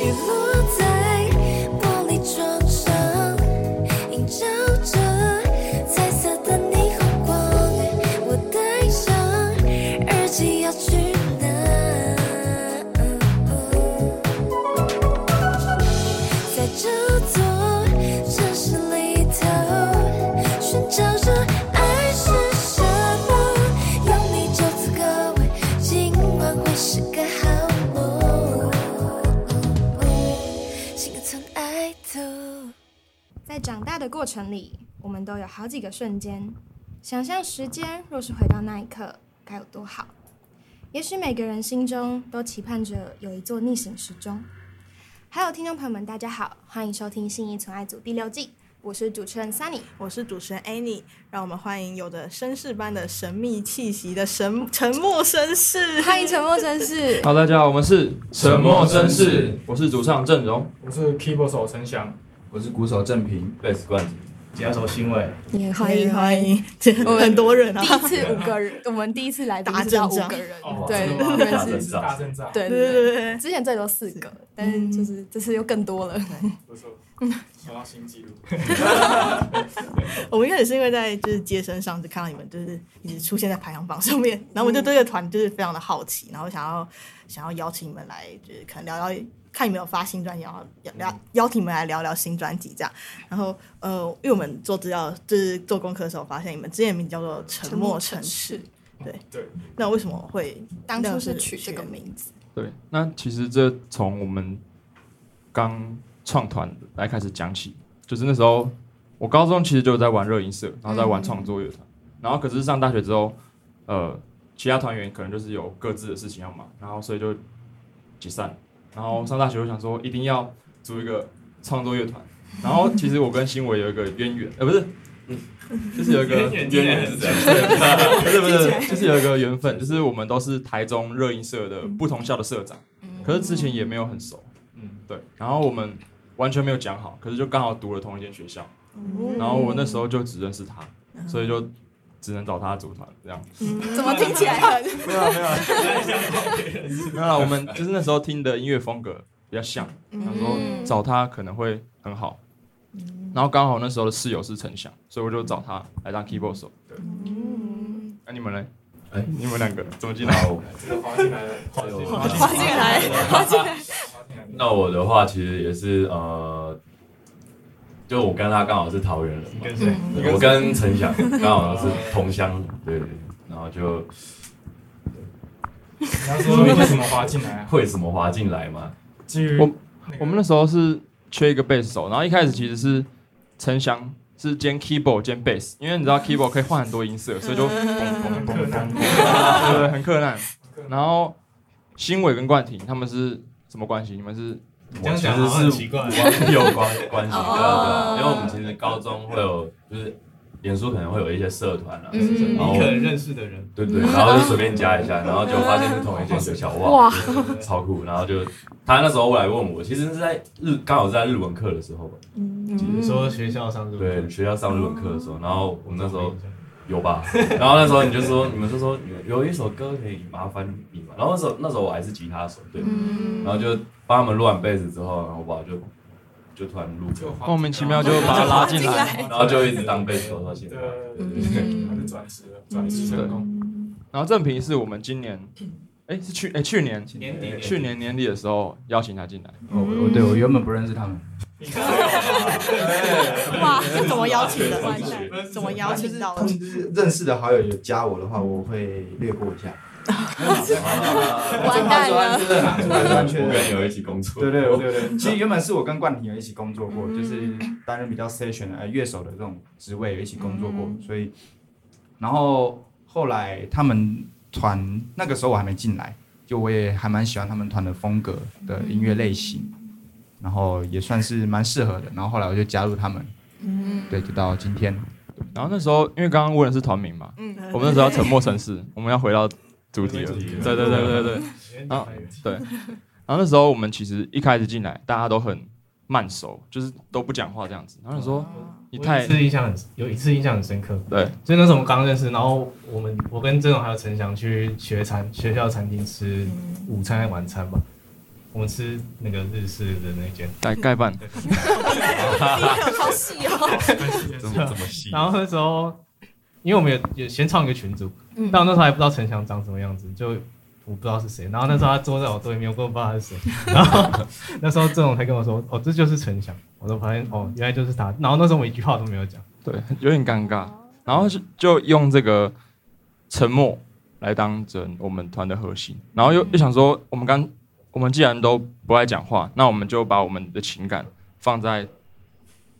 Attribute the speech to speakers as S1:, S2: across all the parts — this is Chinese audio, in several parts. S1: 雨落在玻璃窗上，映照着彩色的霓虹光。我戴上耳机要去哪？在这座城市里头，寻找着爱是什么？有你就足够，今晚会是个好梦。心存爱的。
S2: 在长大的过程里，我们都有好几个瞬间，想象时间若是回到那一刻，该有多好。也许每个人心中都期盼着有一座逆行时钟。还有听众朋友们，大家好，欢迎收听《信义存爱组》第六季，我是主持人 Sunny。
S3: 我是主持人 Annie，让我们欢迎有着绅士般的神秘气息的神沉默绅士。
S2: 欢迎沉默绅士
S3: 。
S4: Hello，大家好，我们是
S5: 沉默绅士，
S4: 我是主唱郑荣，
S5: 我是 keyboard 手陈翔，
S4: 我是鼓手郑平，贝斯冠子。
S5: 吉他手新伟。
S2: 也
S3: 欢。迎，这很多人啊
S2: 第。一次五个人，我们第一次来宾
S3: 打
S2: 是到
S3: 阵
S2: 五
S3: 仗
S2: 个人
S5: 哦，
S2: 对，
S5: 真的吗
S2: 你
S4: 打
S2: 们
S4: 阵
S2: 是，
S4: 仗
S5: 大阵仗，
S2: 对
S3: 对
S2: 对
S3: 对对
S2: 对，
S3: 对，
S2: 之前最多四个，但是就是这次又更多 了。
S5: 不错，创到 新纪录。
S3: 我们一开始是因为在就是街声上就看到你们就是一直出现在排行榜上面，然后我们就对这个团就是非常的好奇，然后想要想要邀请你们来就是可能聊聊。看你们有发新专辑，然后邀邀邀请你们来聊聊新专辑这样。然后呃，因为我们做资料就是做功课的时候，发现你们之前名叫做沉默城市，
S5: 对，
S3: 那为什么会
S2: 当初
S3: 那
S2: 是
S3: 是
S2: 取这个名字，
S4: 对，那其实这从我们刚创团来开始讲起，就是那时候我高中其实就有在玩热音社，然后在玩创作乐团，然后可是上大学之后，呃，其他团员可能就是有各自的事情要忙，然后所以就解散。然后上大学我想说一定要组一个创作乐团，然后其实我跟新伟有一个渊源，呃，不是。 就是有一个
S5: 渊源听起来是这样
S4: 对不是不是，就是有一个缘分，就是我们都是台中热音社的不同校的社长，可是之前也没有很熟，
S5: 嗯，
S4: 对，然后我们完全没有讲好，可是就刚好读了同一间学校，然后我那时候就只认识他，所以就只能找他组团这样。
S2: 怎么听起来很
S4: 没有没有， 没有啦，我们就是那时候听的音乐风格比较像，想说找他可能会很好。然后刚好那时候的室友是陈翔，所以我就找他来当 keyboard 手。对，那、你们嘞？
S6: 哎
S4: 你们两个怎么进来？
S6: 那我
S5: 这个滑进来了，滑进来了，
S2: 滑进来？
S5: 滑进来了。
S6: 那我的话其实也是呃，就我跟他刚好是桃园人嘛，
S5: 跟谁？
S6: 对我跟陈翔刚好是同乡，对，然后就
S5: 你要说为什么滑进来啊？
S6: 会什么滑进来嘛，
S5: 基于那个
S4: 我们那时候是缺一个贝斯手，然后一开始其实是陈翔是兼 keyboard 兼 bass，因为你知道 keyboard 可以换很多音色，所以就嘣嘣嘣
S5: 很困难，
S4: 对 对，很困难。然后新伟跟冠廷他们是什么关系？你们是
S6: 我其实是奇怪，有关关 系，对
S7: 哦
S2: 哦
S6: 啊对啊，因为我们其实高中会有啊就是脸书可能会有一些社团啊，
S2: 嗯
S6: 然后
S5: 认识的人，
S6: 对对，然后就随便加一下，然后就发现是同一间学校，哇，就是超酷！然后就他那时候来问我，其实是在日刚好是在日文课的时候吧，
S5: 嗯
S7: 你说学校上这
S6: 对，学校上日文课的时候，然后我们那时候有 吧，然后那时候你就说，你们就说有一首歌可以麻烦你嘛，然后那时候那时候我还是吉他手，对，
S5: 嗯
S6: 然后就帮他们录完贝斯之后，然后我爸就就突然录歌，
S5: 就滑
S4: 莫名其妙就把他拉进来？
S6: 然后就一直当贝斯手到
S4: 嗯
S6: 现在
S5: 对，，还是转职了，转职成功。
S4: 然后郑平是我们今年，哎是去哎去年
S7: 年底
S4: 去年年底的时候邀请他进来，
S7: 我我哦对
S8: 嗯
S7: 我原本不认识他们，
S3: 哇，这怎么邀请 的？
S6: 对对对
S3: 怎么邀请到的
S8: 通？知认识的好友有加我的话，我会略过一下。啊
S2: 完蛋了？
S8: 完全
S6: 我跟你有一起工作，
S8: 对对对对 对，其实原本是我跟冠廷有一起工作过，就是担任比较 session 的呃乐手的这种职位有一起工作过，所以然后后来他们团那个时候我还没进来，就我也还蛮喜欢他们团的风格的音乐类型，然后也算是蛮适合的，然后后来我就加入他们，
S1: 嗯
S8: 对，就到今天。
S4: 然后那时候因为刚刚问的是团名嘛，
S3: 嗯，
S4: 我们那时候要沉默城市，我们要回到主题了。
S5: 主题了
S4: 对对对对对。
S5: 啊，
S4: 然后那时候我们其实一开始进来，大家都很慢熟，就是都不讲话这样子。然后你
S7: 哦
S4: 说你
S7: 有
S4: 太
S7: 一次印象很有一次印象很深刻，
S4: 对，
S7: 所以那时候我们刚认识，然后我们我跟郑总还有陈翔去学餐学校餐厅吃午餐还晚餐吧，我们吃那个日式的那间，
S4: 来盖 饭，
S9: 好细哦，
S6: 怎么怎么细？
S7: 然后那时候因为我们有有先创一个群组，
S9: 嗯
S7: 但我那时候还不知道陈翔长什么样子，就我不知道是谁，然后那时候他坐在我对面，我根本不知道他是谁，然后 那时候郑总才跟我说，哦，这就是陈翔，我都发现哦，原来就是他，然后那时候我一句话都没有讲，
S4: 对，有点尴尬。然后就就用这个沉默来当成我们团的核心，然后又又想说，我们刚我们既然都不爱讲话，那我们就把我们的情感放在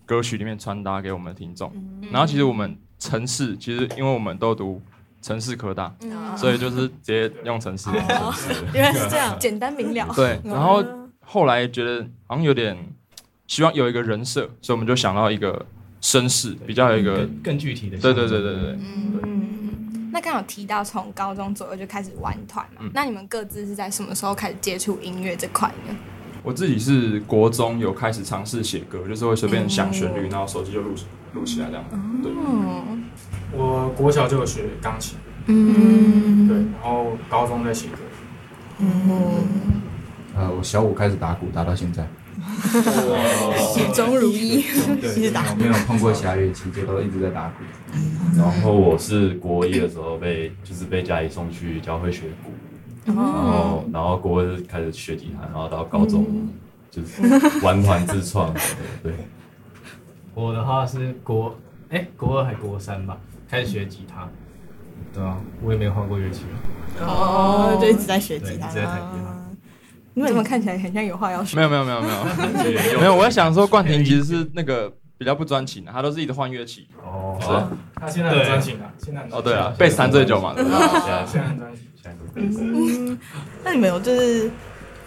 S4: 歌曲里面传达给我们的听众。然后其实我们城市，其实因为我们都读城市科大，所以就是直接用城市。
S9: 原来是这样，简单明了。
S4: 对，
S10: 嗯
S4: 然后后来觉得好像有点希望有一个人设，所以我们就想到一个绅士，比较有一个
S7: 更更具体的，
S4: 对对对对对。
S10: 嗯，那刚好提到从高中左右就开始玩团嘛，
S4: 嗯
S10: 那你们各自是在什么时候开始接触音乐这块呢？
S4: 我自己是国中有开始尝试写歌，就是会随便想旋律，然后手机就录录起来这样。对，
S10: 嗯
S5: 我国小就有学钢琴，
S10: 嗯，
S5: 对，然后高中在写歌，
S4: 啊
S8: 呃，我小五开始打鼓，打到现在，
S9: 始终如一，
S8: 对，我没有碰过其他乐器，就都一直在打鼓。
S6: 然后我是国一的时候被就是被家里送去教会学鼓，然
S8: 哦
S6: 后然后国二就开始学吉他，然后到高中
S8: 嗯
S6: 就是玩团自创，对，
S7: 我的话是国哎、国二还国三吧，开始学吉他。对啊，我也没换过乐器。啊
S3: 哦，就一直在学吉
S7: 对
S3: 他
S7: 一直在弹吉他
S3: 啊
S10: 嗯你怎么看起来很像有话要说？
S4: 没有没有没有没 有没有，我在想说冠廷其实是那个比较不专情的，他都是一直换乐器。
S7: 哦
S4: 是
S5: 他现在很专情啊，现在很
S4: 哦
S5: 专
S4: 对
S5: 情
S4: 啊，被弹最久嘛。对吧
S6: 现
S3: 啊
S6: 在
S5: 现在很专情。
S6: 现在都是
S3: 那你们有就是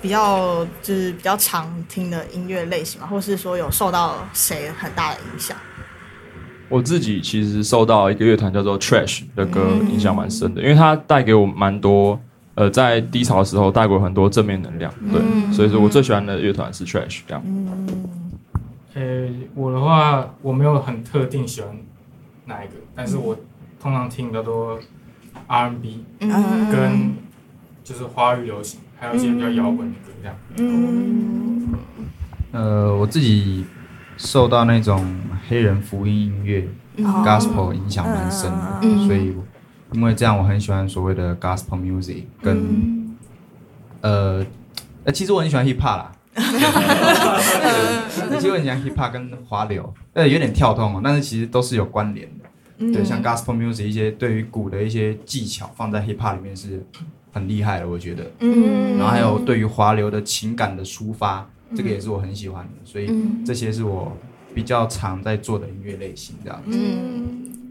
S3: 比较就是比较常听的音乐类型吗？或是说有受到谁很大的影响？
S4: 我自己其实受到一个乐团叫做 Trash 的歌影响蛮深的，因为它带给我蛮多呃在低潮的时候带给我很多正面能量。对，所以说我最喜欢的乐团是 Trash 这样。
S5: 呃，我的话我没有很特定喜欢哪一个，但是我通常听比较多 R&B
S3: 嗯
S5: 跟就是华语流行，还有一些比较摇滚的歌这样。
S3: 嗯
S8: 呃，我自己受到那种黑人福音音乐 gospel 影响蛮深的，所以我因为这样，我很喜欢所谓的 gospel music 跟、
S1: 嗯
S8: 呃呃，其实我很喜欢 hip hop 啦。 对其实我很喜欢 hip hop 跟华流，呃，有点跳动哦，但是其实都是有关联的。对，像 gospel music 一些对于鼓的一些技巧放在 hip hop 里面是很厉害的，我觉得。
S9: 嗯
S8: 然后还有对于华流的情感的抒发，这个也是我很喜欢的，所以这些是我比较常在做的音乐类型，这样子。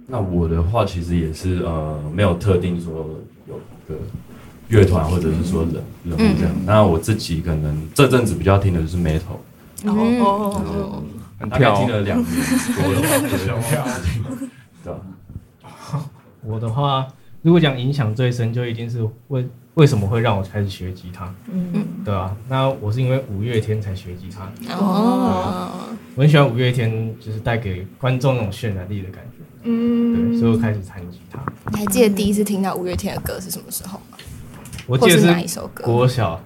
S6: 那我的话其实也是呃，没有特定说有个乐团或者是说人人物这样。
S8: 嗯
S6: 那我自己可能这阵子比较听的就是 metal，
S3: 哦，
S4: 很
S6: 大概
S4: 跳
S6: 听了两年多了吧，对对吧？
S7: 我的话，如果讲影响最深，就一定是为为什么会让我开始学吉他，
S3: 嗯，
S7: 对啊，那我是因为五月天才学吉他，
S3: 哦，
S7: 我很喜欢五月天，就是带给观众那种渲染力的感觉。嗯，对，所以我开始弹吉他。
S10: 你还记得第一次听到五月天的歌是什么时候 吗？
S7: 我记得
S10: 或是哪一首歌
S7: 国小，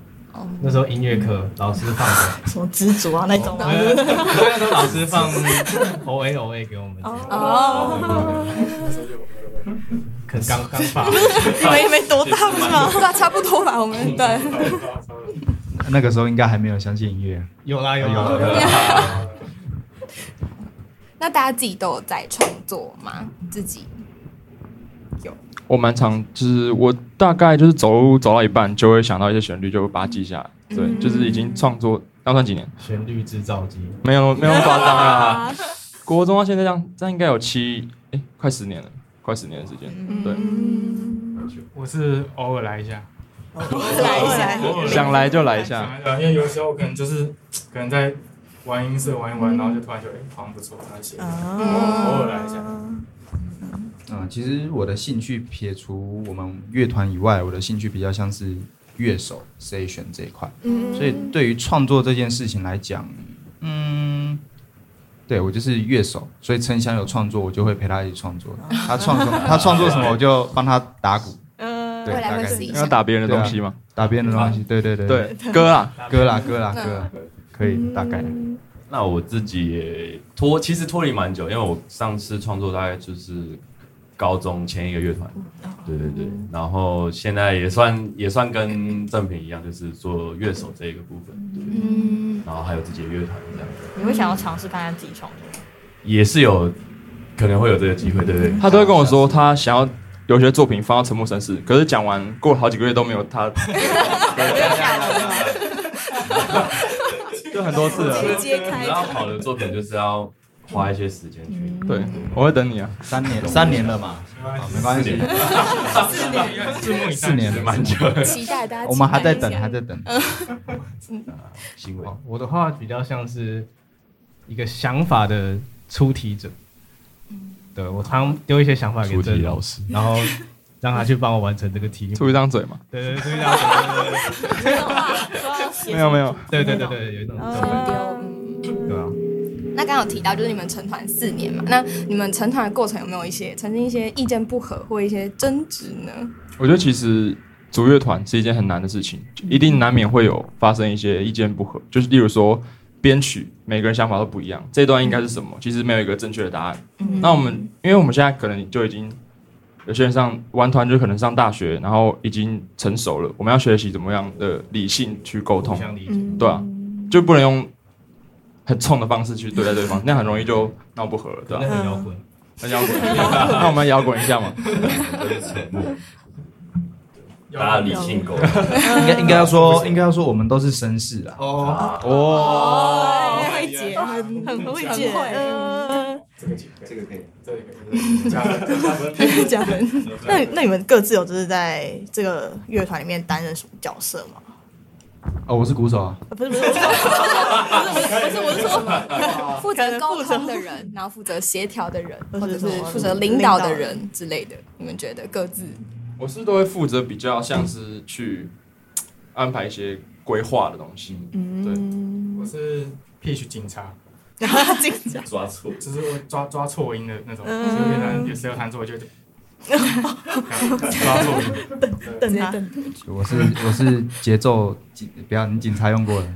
S7: 那时候音乐课老师放的。
S3: 什么知足啊那种
S7: 我们那时候老师放 O A O A 给我们听，
S10: 哦，
S7: 可刚刚发，
S3: 你们也没 多大不是 吗？
S10: 对啊，差不多吧，我们 对，
S8: 那个时候应该还没有相信音乐，
S7: 有啦有
S8: 有
S7: 啦
S8: 了，
S7: 有啦，
S10: 那大家自己都有在创作吗？自己
S4: 我蛮常，就是我大概就是走路走到一半，就会想到一些旋律，就会把它记下来。对，就是已经创作，要算几年？
S7: 旋律制造机，
S4: 没有没有那么夸张 啊。 国中到现在这样，这样应该有七，哎、快十年了，快十年的时间。对，
S5: 我是偶尔来一下，
S3: 来一 下，
S5: 偶尔
S4: 想来就来一下。
S5: 想一下，因为有时候可能就是可能在玩
S3: 哦
S5: 音色玩一玩，然后就突然觉得哎好像不错，然后写一下，偶尔来一下。
S8: 嗯、其实我的兴趣撇除我们乐团以外，我的兴趣比较像是乐手筛选这一块。
S1: 嗯
S8: 所以对于创作这件事情来讲，嗯，对我就是乐手，所以陈翔有创作，我就会陪他一起创作。他创作他创作什么，我就帮他打鼓。对，
S1: 未来
S8: 大
S1: 会
S8: 概
S1: 试一
S4: 下要打别人的东西吗
S8: 对啊打别人的东西，对对对
S4: 对歌啊
S9: 嗯
S8: 歌啦，歌啦，歌
S6: 嗯
S8: 啦，可以大概。
S6: 那我自己也脱，其实脱离蛮久，因为我上次创作大概就是高中前一个乐团，
S9: 嗯
S6: 对对对，然后现在也算也算跟正平一样，就是做乐手这一个部分，对，
S9: 嗯，
S6: 然后还有自己的乐团这样，
S9: 你会想要尝试看看自己创作？
S6: 也是有可能会有这个机会，对不对？
S4: 他都会跟我说他想要有些作品放到沉默绅士，可是讲完过了好几个月都没有 他，就很多次了。
S9: 直接开
S6: 然后好的作品就是要花一些时间去，
S9: 嗯
S4: 对，我会等你啊，
S8: 三年三年了嘛，没关系，四年了，
S6: 蛮久
S8: 的
S9: 期待大家期待一下
S8: 我们还在等，还在等。
S9: 嗯
S6: 行为。
S7: 我的话比较像是一个想法的出题者，
S4: 嗯
S7: 对我常丢一些想法给
S4: 出题
S7: 郑
S4: 老师
S7: 然后让他去帮我完成这个题目。
S4: 出一张嘴嘛。
S7: 对对对，出一张嘴对对对，
S4: 没有没有
S7: 对对对对，有一种对啊，
S10: 嗯那刚刚有提到，就是你们成团四年嘛，那你们成团的过程有没有一些曾经一些意见不合或一些争执呢？
S4: 我觉得其实组乐团是一件很难的事情，一定难免会有发生一些意见不合，就是例如说编曲，每个人想法都不一样，这段应该是什
S7: 嗯
S4: 么，其实没有一个正确的答案。那我们因为我们现在可能就已经有些人上玩团就可能上大学，然后已经成熟了，我们要学习怎么样的理性去沟通
S7: 互相理解，
S4: 对啊，就不能用很冲的方式去对待对方，那样很容易就闹不和了，对吧、
S7: 那很摇滚，
S4: 很摇滚，那我们摇滚一下 嘛。
S6: 大家理性沟通，
S8: 应该应该要说，应该要说，我们都是绅士啊。哦
S9: 哦
S8: 哦，
S9: 会解，很很会
S3: 解
S9: 嗯
S5: 这个几
S8: 这个可以，
S5: 这个可 以加分加分
S3: 加分。那那你们各自有就是在这个乐团里面担任什么角色吗？
S8: 哦，我是鼓手啊。
S3: 呃不是不是，不是不是，我是
S10: 说负责沟通的人，然后负责协调的人，或者是负责领导的人之类的，你们觉得各自？
S4: 我是都会负责比较像是去安排一些规划的东西，
S5: 我是 pitch 警察，
S3: 警察
S6: 抓错，
S5: 就是我抓抓错音的那种，
S3: 嗯
S5: 就是越南有时候弹错我就会抓错音，
S3: 等啊他
S8: 我是我是节奏警，不要你警察用过了，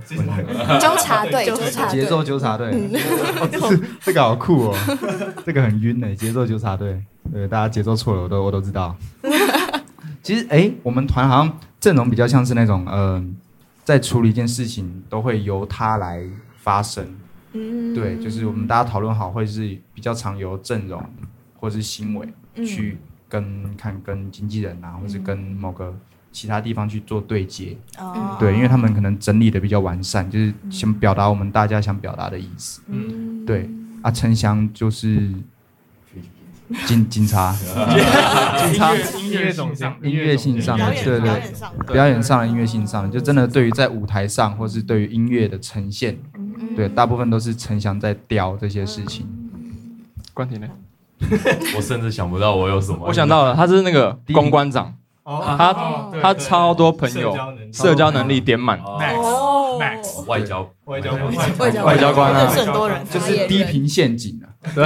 S10: 纠察队纠察队嗯
S8: 节奏纠察队，哦这是这个好酷哦， 这个很晕呢，节奏纠察队，对，大家节奏错了，我都我都知道。 其实，哎，我们团好像阵容比较像是那种，呃，在处理一件事情都会由他来发生，
S1: 嗯
S8: 对，就是我们大家讨论好，会是比较常由阵容或是新委
S1: 嗯
S8: 去跟看跟经纪人啊，或是跟某个其他地方去做对接。
S1: 哦
S8: 对，因为他们可能整理的比较完善，就是想表达我们大家想表达的意思。
S1: 嗯
S8: 对，啊，沉香就是警 警察，警察。
S5: 音乐总上
S8: 音乐性上的，对
S5: 表
S8: 对
S5: 演上，
S8: 对表演上的音乐性上的，就真的对于在舞台上，或是对于音乐的呈现，对，大部分都是陈翔在雕这些事情。
S4: 关婷呢？
S6: 我甚至想不到我有什么。
S4: 我想到了，他是那个公关长，
S6: 哦
S4: 他
S6: 哦对
S4: 他
S6: 对
S4: 超多朋
S6: 社
S4: 友
S6: 交能，力
S4: 社交能力点满，
S9: 哦
S6: ，Max 嗯外交
S7: 外交官
S4: 外交官啊，
S8: 就是低频陷阱啊，
S4: 对，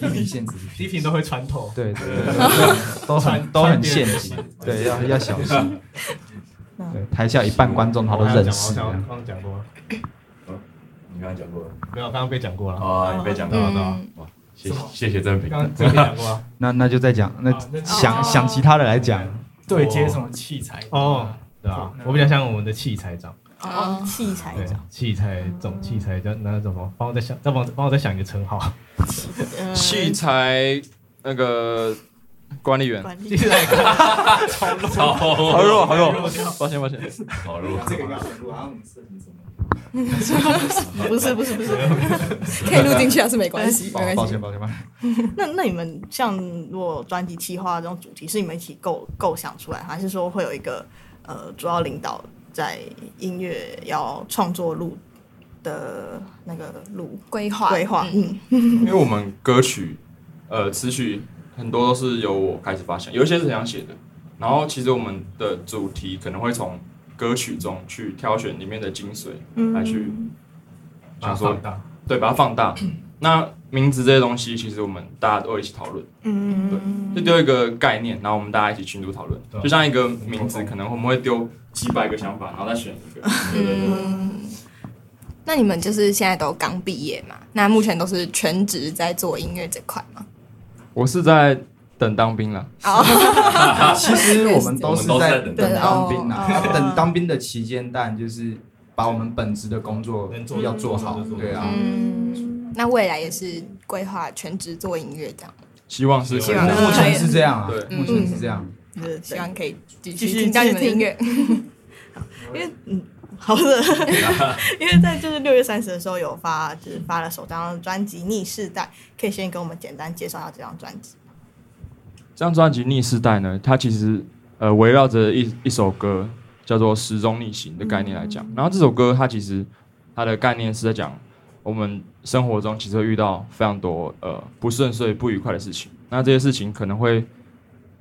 S8: 低频陷阱，
S7: 低频都会穿透，
S8: 对对对对，都很都很陷阱，对，要要小心。
S6: 嗯
S8: 对，台下一半观众他都认识。
S7: 我刚刚讲过，
S6: 哦你刚才讲过了
S7: 没有，刚刚被讲过了。
S6: 啊，你被讲到了
S7: 嗯，
S6: 哇，谢谢谢谢正平，
S7: 刚刚正平讲过啊
S8: 那那就再讲，那想想其他的来讲。
S5: 对接什么器材
S7: 哦，对啊，我比较像我们的器材长。
S9: 哦，器材
S7: 对
S9: 长，，
S7: 器材总器材叫那怎么？帮我再想，再帮我帮我再想一个称号。
S4: 器材那个管理员，
S7: 器材
S4: 超弱，
S6: 超
S4: 好弱，好弱，抱歉抱歉，
S6: 好弱
S8: 这个要录，然后我们是什么？
S3: 不是不是不是，
S10: 可以录进去还是没关 系，没关系。
S8: 哎抱歉抱歉抱歉。
S3: 那 那你们像如果专题企划这种主题，是你们一起构构想出来，还是说会有一个呃主要领导在音乐要创作路的那个路
S10: 规划
S3: 规划？嗯，
S4: 因为我们歌曲，呃，词曲很多都是由我开始发想，有一些是很想写的。然后其实我们的主题可能会从歌曲中去挑选里面的精髓，
S6: 嗯
S4: 来去
S5: 把它
S4: 想说
S5: 放大，
S4: 对，把它放大。那名字这些东西，其实我们大家都会一起讨论，
S5: 嗯，
S4: 就丢一个概念，然后我们大家一起群组讨论
S5: 对啊。
S4: 就像一个名字，可能我们会丢几百个想法，然后再选一个。对对对。
S10: 嗯那你们就是现在都刚毕业嘛？那目前都是全职在做音乐这块吗？
S4: 我是在等当兵了。
S8: 其实我们都是在等当兵啊，
S10: 对哦
S8: 啊等当兵的期间，当然就是把我们本职的工作要做好，对啊。
S3: 嗯
S10: 那未来也是规划全职做音乐这样。
S4: 希望是
S10: 希望可以
S8: 目前是这样啊，
S4: 对
S8: 目前是这样。
S10: 好希望可以继
S3: 继
S10: 续
S3: 续
S10: 听到你们的
S3: 继续
S10: 音乐。
S3: 嗯好的， 因为在就是六月三十的时候有发，就是发了首张专辑《逆世代》，可以先跟我们简单介绍一下这张专辑。
S4: 这张专辑《逆世代》呢，它其实呃围绕着一一首歌叫做《时钟逆行》的概念来讲。然后这首歌它其实它的概念是在讲我们生活中其实会遇到非常多呃不顺遂、不愉快的事情。那这些事情可能会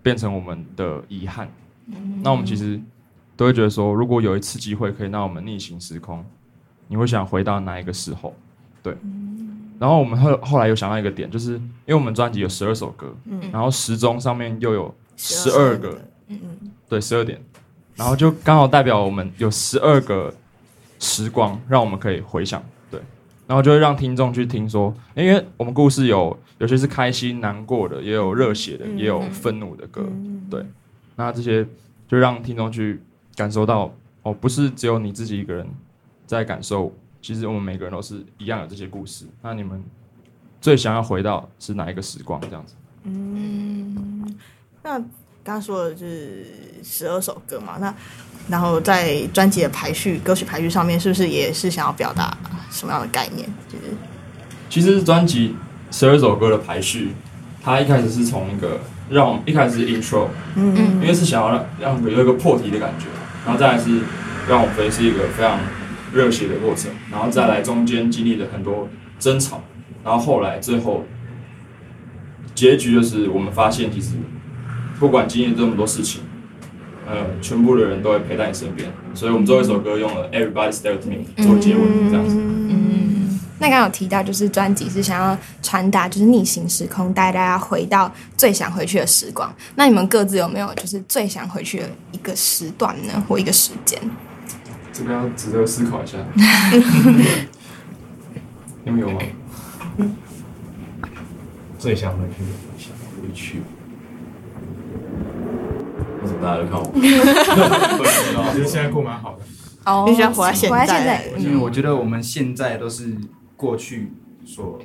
S4: 变成我们的遗憾。那我们其实都会觉得说，如果有一次机会可以让我们逆行时空，你会想回到哪一个时候？对。然后我们后后来有想到一个点，就是因为我们专辑有十二首歌，
S3: 嗯
S4: 然后时钟上面又有十
S3: 12
S4: 二个，
S3: 嗯嗯，
S4: 对，十二点，然后就刚好代表我们有十二个时光，让我们可以回想，对，然后就会让听众去听说，因为我们故事有有些是开心、难过的，也有热血的，
S6: 嗯
S4: 也有愤怒的歌，对，那这些就让听众去感受到，哦，不是只有你自己一个人在感受，其实我们每个人都是一样有这些故事，那你们最想要回到是哪一个时光？这样子。
S3: 嗯那刚刚说的就是十二首歌嘛，那然后在专辑的排序、歌曲排序上面，是不是也是想要表达什么样的概念？就是
S4: 其实专辑十二首歌的排序，它一开始是从一个让我们一开始是 intro，
S3: 嗯
S4: 因为是想要让让有一个破题的感觉，然后再来是让我们飞是一个非常热血的过程，然后再来中间经历了很多争吵，然后后来最后结局就是我们发现其实不管经历这么多事情。呃，全部的人都会陪在你身边，所以我们最后一首歌用了《Everybody Stay With Me》做
S10: 嗯
S4: 结尾，这样子。
S10: 那刚刚有提到，就是专辑是想要传达就是逆行时空，带大家回到最想回去的时光。那你们各自有没有就是最想回去的一个时段呢，或一个时 间？
S4: 这个要值得思考一下。你们有吗？
S7: 最想回去，
S6: 想回去。为什么大家都看我？
S5: 我觉得现在过蛮好的。
S10: 哦
S3: 必须要活在现在嗯
S8: 因为我觉得我们现在都是过去所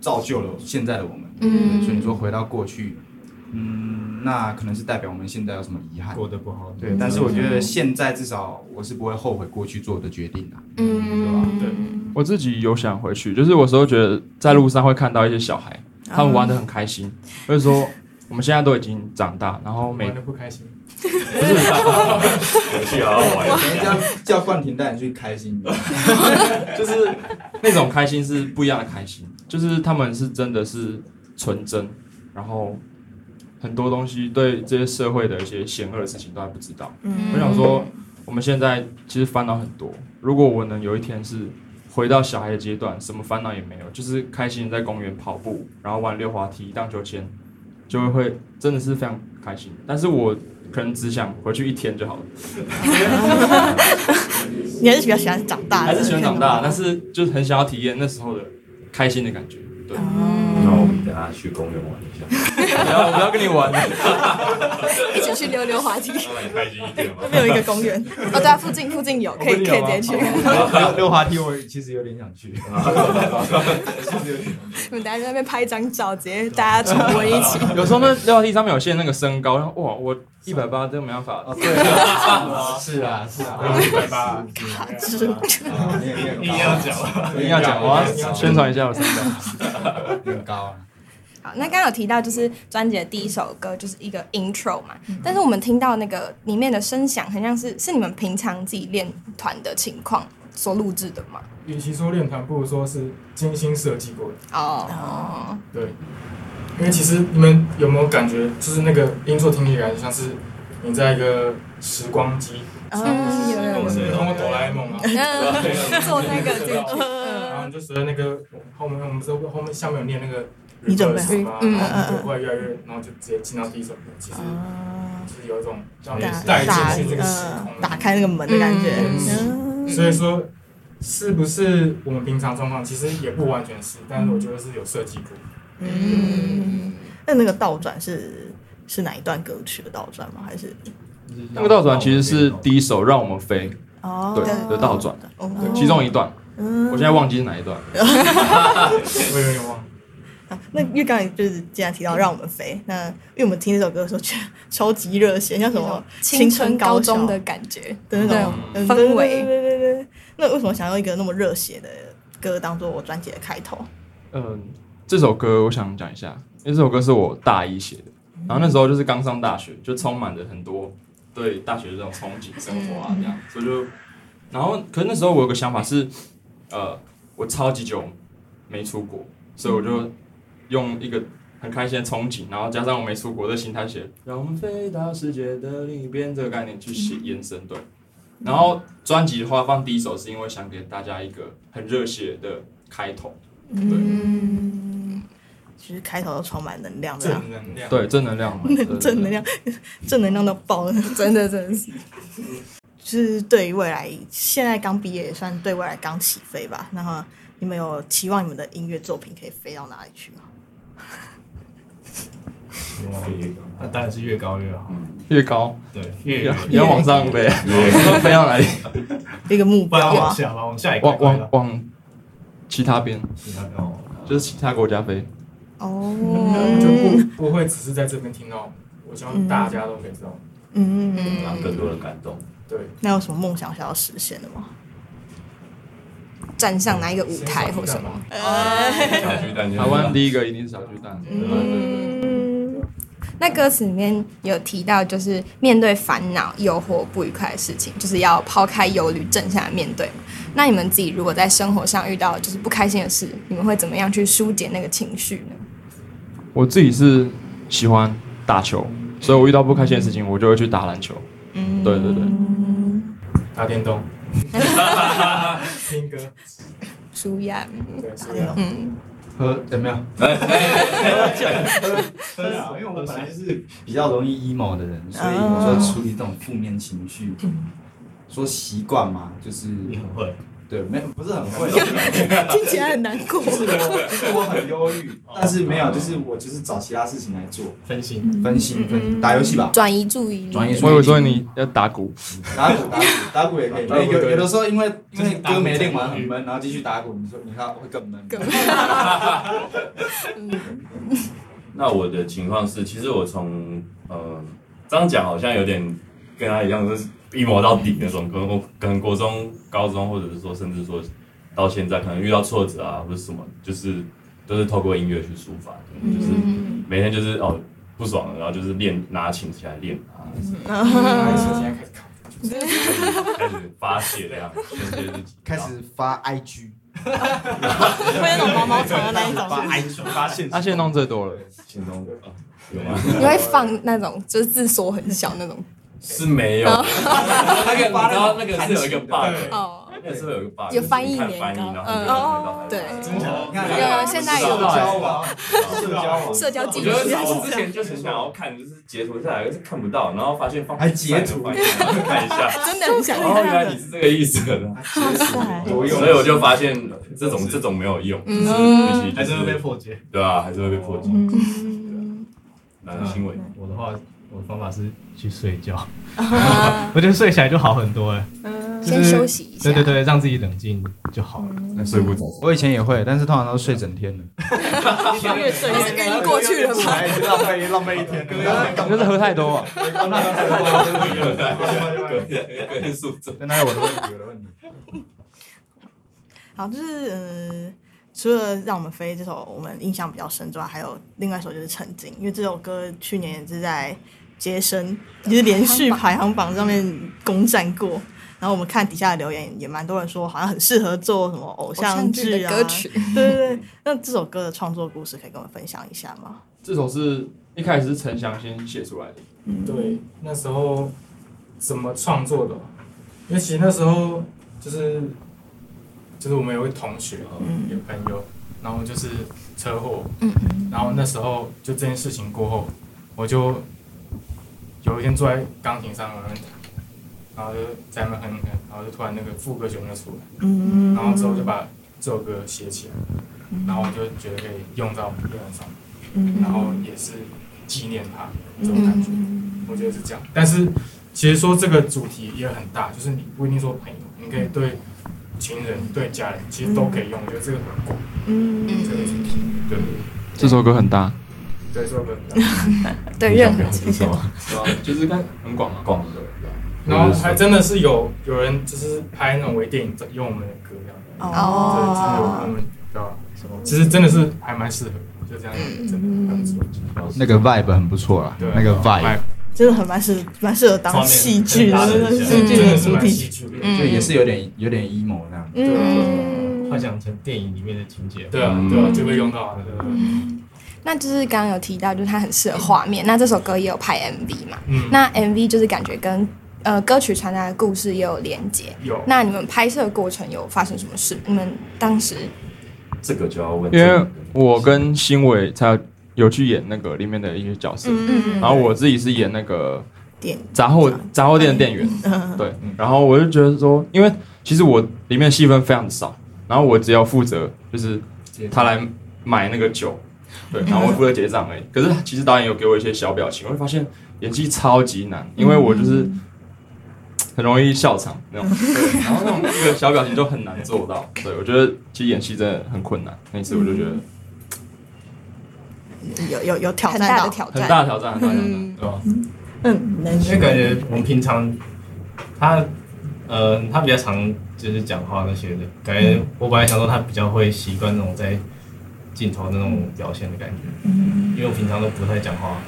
S8: 造就了现在的我们，
S10: 嗯
S8: 嗯，所以你说回到过去，嗯，那可能是代表我们现在有什么遗憾，
S5: 过得不好
S8: 对，但是我觉得现在至少我是不会后悔过去做的决定啊，
S10: 嗯，
S5: 对，
S4: 我自己有想回去，就是有时候觉得在路上会看到一些小孩，他们玩的很开心，或者说我们现在都已经长大，然后每
S5: 玩的不开心，
S6: 回去好好玩一
S8: 人
S6: 下
S8: 家。叫冠廷带你去开心，
S4: 就是 那种开心是不一样的开心，就是他们是真的是纯真，然后很多东西对这些社会的一些险恶的事情都还不知道。
S3: 嗯
S4: 我想说，我们现在其实烦恼很多，如果我能有一天是回到小孩的阶段，什么烦恼也没有，就是开心地在公园跑步，然后玩溜滑梯、荡秋千，就会会真的是非常开心。但是我可能只想回去一天就好了。
S3: 你还是比较喜欢长大的，
S4: 还是喜欢长大，但是就是很想要体验那时候的开心的感觉。对，
S3: 哦
S6: 那我们等下去公园玩一下，
S4: 不要我不要跟你玩了。
S10: 一起去溜溜滑梯。
S6: 让你开心一点嘛
S3: 那。边有一个公 园，
S10: 哦，对啊，附近附近有，可以可以直接去。
S4: 哦
S8: 溜溜滑梯，我其实有点想去，
S10: 你们等下在那边拍一张照，直接大家重温一起。
S4: 有时候那溜滑梯上面有限那个身高，然后哇，我一百八真的没办法。
S8: 是啊是啊，
S5: 我一百八，
S8: 啊你也你也
S5: 硬
S8: 很
S5: 要
S8: 高
S5: 讲，
S4: 一定要讲，我要宣传一下我身高。
S8: 啊，你很高啊。
S10: 好，那刚刚有提到就是专辑的第一首歌就是一个 intro 嘛，
S3: 嗯
S10: 但是我们听到那个里面的声响，很像是是你们平常自己练团的情况所录制的嘛？
S5: 与其说练团，不如说是精心设计过的。
S10: 哦，
S5: 对，因为其实你们有没有感觉，就是那个音错听起来像是你在一个时光机，
S11: 嗯有有有
S5: 我是通过哆啦 A 梦啊，
S11: 嗯
S5: 对
S11: 做那 个这个嗯
S5: 然后你就随着那个后面我们之后后面下面有念那个
S3: 你准备
S5: reverse 嘛
S3: 嗯嗯
S5: 然后
S3: 嗯哦
S5: 就会越来越，然后就直接进到第一首歌，其实就是有一种让你
S3: 打
S5: 带
S3: 打
S5: 进去这个时
S3: 呃
S5: 空。
S3: 打开那个门的感觉，
S5: 嗯所以说，是不是我们平常状况其实也不完全是，但是我觉得是有设计过。
S3: 嗯，那那个倒转是是哪一段歌曲的倒转吗？还是
S4: 那个倒转其实是第一首《让我们飞》
S3: 哦
S4: 对的倒转，
S3: 哦
S4: 对其中一段，
S3: 嗯
S4: 我现在忘记是哪一 段，
S5: 我有点忘。
S3: 那因为刚才就是既然提到让我们飞，那因为我们听这首歌的时候觉得 超级热血，像什么
S10: 青春高
S3: 校
S10: 中的感觉
S3: 的那种
S10: 那
S3: 嗯
S10: 种氛围
S3: 对对对对对。那为什么想要一个那么热血的歌当做我专辑的开头？
S4: 嗯，这首歌我想讲一下，因为这首歌是我大一写的，然后那时候就是刚上大学，就充满着很多对大学的这种憧憬、生
S3: 嗯
S4: 活啊这样，所以就，然后可是那时候我有个想法是，呃，我超级久没出国，所以我就用一个很开心的憧憬，然后加上我没出国的心态写，让我们飞到世界的另一边这个概念去写延伸对。然后专辑的话放第一首是因为想给大家一个很热血的开头，
S3: 嗯，其实开头都充满能量的啊，
S5: 能量
S4: 对正能量
S3: 正能量，正能量到爆了，
S10: 真的真的是。
S3: 就是对于未来，现在刚毕业也算对未来刚起飞吧。然后你们有期望你们的音乐作品可以飞到哪里去吗？
S7: 那当然是越高越好，
S4: 越高，
S7: 对，
S4: 越
S7: 越
S4: 要往上飞，
S7: 越
S4: 飞 到哪里？
S3: 一个目标
S7: 不然
S3: 啊
S7: 往，下吧，往下一个
S4: 往往往其他边，就是其他国家飞。
S3: 哦
S5: 就不不会只是在这边听到，我希望大家都可以知道。
S3: 嗯，
S6: 让更多人感动。
S5: 对，
S3: 那有什么梦想想要实现的吗？
S10: 站上哪一个舞台或什么？哎
S4: 小
S6: 巨蛋
S4: 台湾第一个一定是小巨蛋。
S10: 嗯那歌词里面有提到，就是面对烦恼、诱惑、不愉快的事情，就是要抛开忧虑，正向地面对嘛。那你们自己如果在生活上遇到就是不开心的事，你们会怎么样去疏解那个情绪呢？
S4: 我自己是喜欢打球，所以我遇到不开心的事情，我就会去打篮球。
S3: 嗯，
S4: 对对对，
S5: 打电动，听歌，
S10: 舒压。
S5: 对，舒压
S10: 嗯，
S7: 喝怎么样？
S8: 对啊，因为我本来就是比较容易 emo 的人，所以
S7: 哦
S8: 说处理这种负面情绪，
S3: 嗯
S8: 说习惯嘛，就是你很
S7: 会，
S8: 对，没有不是很会，
S3: 听起来很难过。
S8: 就是我就是我 很忧郁，但是没有，就是我就是找其他事情来做，
S7: 分心
S8: 分心
S3: 嗯
S8: 分心，打游戏吧，
S10: 嗯转移注意力。
S8: 转移注
S4: 我
S8: 意力
S4: 有时候你要打鼓，
S8: 打鼓打鼓打鼓也可以，
S4: 打鼓也可以
S8: 有有的时候因为因为歌没练完很闷，然后继续 打鼓，你说你看会更闷，更闷，
S4: 嗯
S3: 嗯
S6: 那我的情况是，其实我从呃，这样讲好像有点跟他一样，就是一磨到底那种，可能我可能国中、高中，或者是说甚至说到现在，可能遇到挫折啊或者什么，就是都是透过音乐去抒发的，
S3: 嗯
S6: 就是每天就是哦不爽了，然后就是练拿琴起来练啊，开始发泄这样，就是
S8: 开始发 IG，
S3: 会那种毛毛虫的那一种
S8: 发 IG 发现
S4: 他现在弄最多了。
S6: 现弄啊，有
S10: 你会
S6: 吗？
S10: 放那种就是字缩很小那种，
S6: 是没
S3: 哦
S6: 有， 那个你知道那个是有一个 bug，
S10: 哦，
S6: 那个是会有一个 bug，
S10: 有翻译
S6: 就是你
S10: 年
S6: 看翻译，
S10: 糕
S6: 然，后你
S10: 嗯，
S6: 就
S10: 对，有有哦现在
S6: 社交
S10: 有
S6: 网，
S10: 社交网社交技
S6: 我
S10: 术是
S6: 觉
S10: 这
S6: 得
S10: 样
S6: 我之前就是想要看，就是截图下来，可是看不到，然后发现放
S8: 还截图
S6: 翻译看一下，
S10: 真的很想
S6: 哦，原来你 是这个意思，
S8: 多用
S6: 所以我就发现哎这种这种没有用，就是尤其就
S7: 还是会被破解，
S6: 对啊，还是会被破解。那新闻，
S7: 我的话，我的方法是去睡觉， 我觉得睡起来就好很多哎，就是
S10: 先休息一下
S7: 对对对，让自己冷静就好了。
S5: 嗯
S8: 那睡不着，我以前也会，但是通常都睡整天的。
S10: 越睡越晕过去了吧？
S8: 浪 费浪费一天，
S4: 你就是喝太多 啊，
S8: 那是我的问题，我的问题。
S3: 好，就是呃，除了《让我们飞》这首我们印象比较深之外，还有另外一首就是《曾经》，因为这首歌去年也是在接生，就是连续排行榜上面攻占过。然后我们看底下的留言，也蛮多人说好像很适合做什么偶像剧啊
S10: 偶像剧的歌曲
S3: 对对对，那这首歌的创作故事可以跟我们分享一下吗？
S4: 这首是一开始是陈翔先写出来的，
S6: 嗯
S5: 对，那时候怎么创作的？因为其实那时候就是就是我们有位同学，
S3: 嗯
S5: 有朋友，然后就是车祸，然后那时候就这件事情过后，我就有一天坐在钢琴上，然后然后就在那边哼一哼，然后就突然那个副歌旋律出来，
S3: 嗯
S5: 然后之后就把这首歌写起来，然后我就觉得可以用到别人上，
S3: 嗯
S5: 然后也是纪念他这种感觉，我觉得是这
S7: 嗯
S5: 样。但是其实说这个主题也很大，就是你不一定说朋友，你可以对情人、对家人，其实都可以用。我觉得这个很广，
S3: 嗯，
S5: 这个主题，对
S4: 这首歌很大，。
S5: 对，这个很大
S4: 对任何 情
S5: 对
S4: 人
S5: 吧
S4: 啊就是看很广嘛，
S6: 广的。
S5: 然后还真的是有有人就是拍那种微电影，用我们的歌这样。
S3: 哦
S5: 对，就是有我们对吧？其实真的是还蛮适合，就这样真的很不错。
S8: 那个 vibe 很不错啦，
S7: 啊
S8: 那个 vibe
S3: 真的很蛮适蛮适合当戏剧的，真的是戏剧
S4: 嗯
S3: 的主题嗯曲，
S8: 就也是有点有点 emo 那样。
S3: 嗯
S7: 幻想成电影里面的情节，
S5: 对
S8: 嗯
S5: 啊，对啊，就会用到啊，对啊。
S6: 嗯
S10: 那就是刚刚有提到，就是它很适合画面。那这首歌也有拍 MV 嘛？
S5: 嗯
S10: 那 MV 就是感觉跟呃歌曲传达的故事也有连接。
S5: 有
S10: 那你们拍摄的过程有发生什么事？你们当时
S6: 这个就要问
S4: 因为我跟新伟才有去演那个里面的一些角色，
S3: 嗯
S4: 然后我自己是演那个
S3: 点
S4: 杂货杂货店的店员，
S3: 嗯
S4: 对，然后我就觉得说，因为其实我里面戏份非常少，然后我只要负责就是他来买那个酒，对，然后我负责结账而已。可是其实导演有给我一些小表情，我会发现演技超级难，因为我就是很容易笑场 那种，对，然后那种那个小表情就很难做到。对，我觉得其实演戏真的很困难，那一次我就觉得
S10: 嗯
S3: 有有有挑战到
S4: 很大的挑战，很大的挑战，对吧？
S3: 嗯，能
S7: 因为感觉我们平常他呃他比较常就是讲话那些的，感觉我本来想说他比较会习惯那种在镜头那种表现的感觉，因为我平常都不太讲话，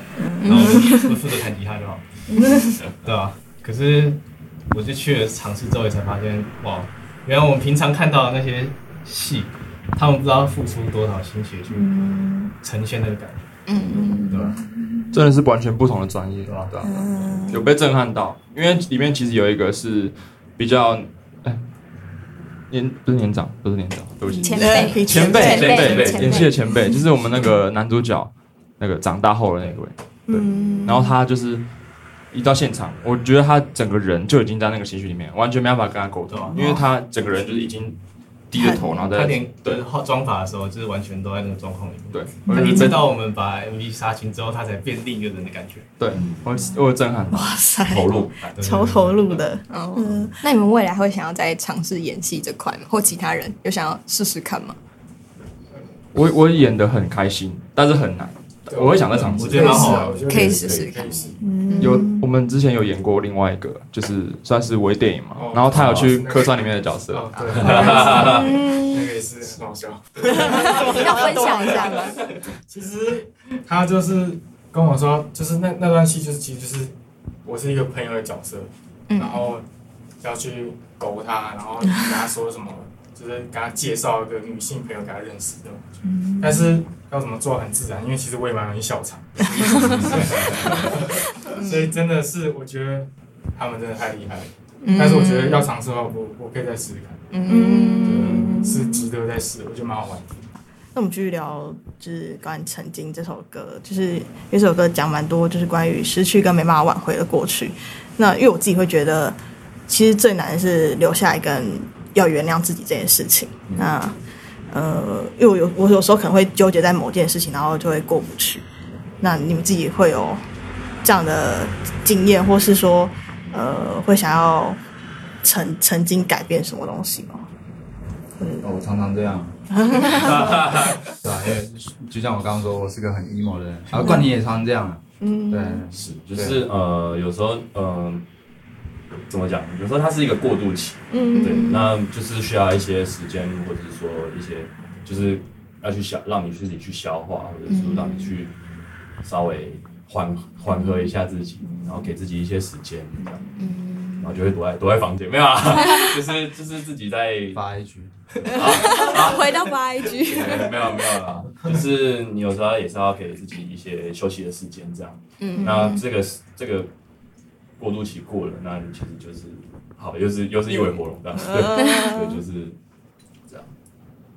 S7: 然后就负责弹吉他就好，对啊，可是我就去了尝试之后，才发现哇，原来我们平常看到的那些戏，他们不知道付出多少心血去呈现那个感觉，
S10: 嗯，
S7: 对吧？
S4: 真的是完全不同的专业，对吧、
S10: 嗯
S4: 有被震撼到，因为里面其实有一个是比较，哎，年不是年长，不是年长，对不起，
S10: 前辈
S4: 前辈，
S10: 前辈
S4: 前
S10: 前辈
S4: 演戏的前辈，就是我们那个男主角，那个长大后的那位，
S3: 嗯
S4: 然后他就是一到现场，我觉得他整个人就已经在那个情绪里面，完全没办法跟他沟通，
S10: 啊
S4: 因为他整个人就是已经低着头，然后在
S7: 他连对化妆法的时候，就是完全都在那个状况里面。
S4: 对，
S7: 他一直到我们把 MV 杀青之后，他才变另一个人的感觉。
S4: 对我我有震撼，
S3: 哇塞，哦
S4: 投 入，
S3: 超投入的，
S10: 哦
S3: 嗯，
S10: 那你们未来会想要再尝试演戏这块吗？或其他人有想要试试看吗？
S4: 我我演的很开心，但是很难，
S5: 啊
S4: 我会想再尝试，
S7: 我觉得蛮好玩
S10: 可以试试看。
S5: 嗯
S4: 有我们之前有演过另外一个，就是算是微电影嘛，然后他有去客串里面的角色，
S5: 那个也是很好笑。
S10: 要分享一下吗？
S5: 其实他就是跟我说，就是那那段戏就是其实就是我是一个朋友的角色，
S10: 嗯
S5: 然后要去勾他，然后跟他说什么，就是给他介绍一个女性朋友给他认识的，
S3: 嗯
S5: 但是要怎么做很自然，因为其实我也蛮容易笑场，对所以真的是我觉得他们真的太厉害了。
S10: 嗯
S5: 但是我觉得要尝试的话，我我可以再试试看，
S3: 嗯
S5: 对是值得再试，我觉得蛮好玩的。
S3: 那我们继续聊，就是关于《曾经》这首歌，就是有首歌讲蛮多，就是关于失去跟没办法挽回的过去。那因为我自己会觉得，其实最难的是留下来跟要原谅自己这件事情。
S7: 嗯
S3: 那呃，因为我有我有时候可能会纠结在某件事情，然后就会过不去。那你们自己会有这样的经验，或是说呃，会想要曾 曾经改变什么东西吗？
S8: 哦，我常常这 样，对啊，因为就像我刚刚说，我是个很 emo 的人，啊，冠你也常常这样啊，
S3: 嗯
S8: 对，
S6: 是就是呃，有时候呃，怎么讲？有时候它是一个过渡期，
S3: 嗯
S6: 对，那就是需要一些时间，或者是说一些，就是要去消，让你自己去消化，或者是说
S3: 嗯
S6: 让你去稍微缓缓和一下自己，然后给自己一些时间，这样。
S3: 嗯
S6: 然后就会躲在躲在房间，没有啊， 就是就是自己在发 IG，
S12: 回到八 I G，
S6: 没有没有啦，就是你有时候也是要给自己一些休息的时间，这样。
S12: 嗯
S6: 那这个是这个过渡期过了，那你其实就是好，又是又是一尾活龙这样，对，对就是这样。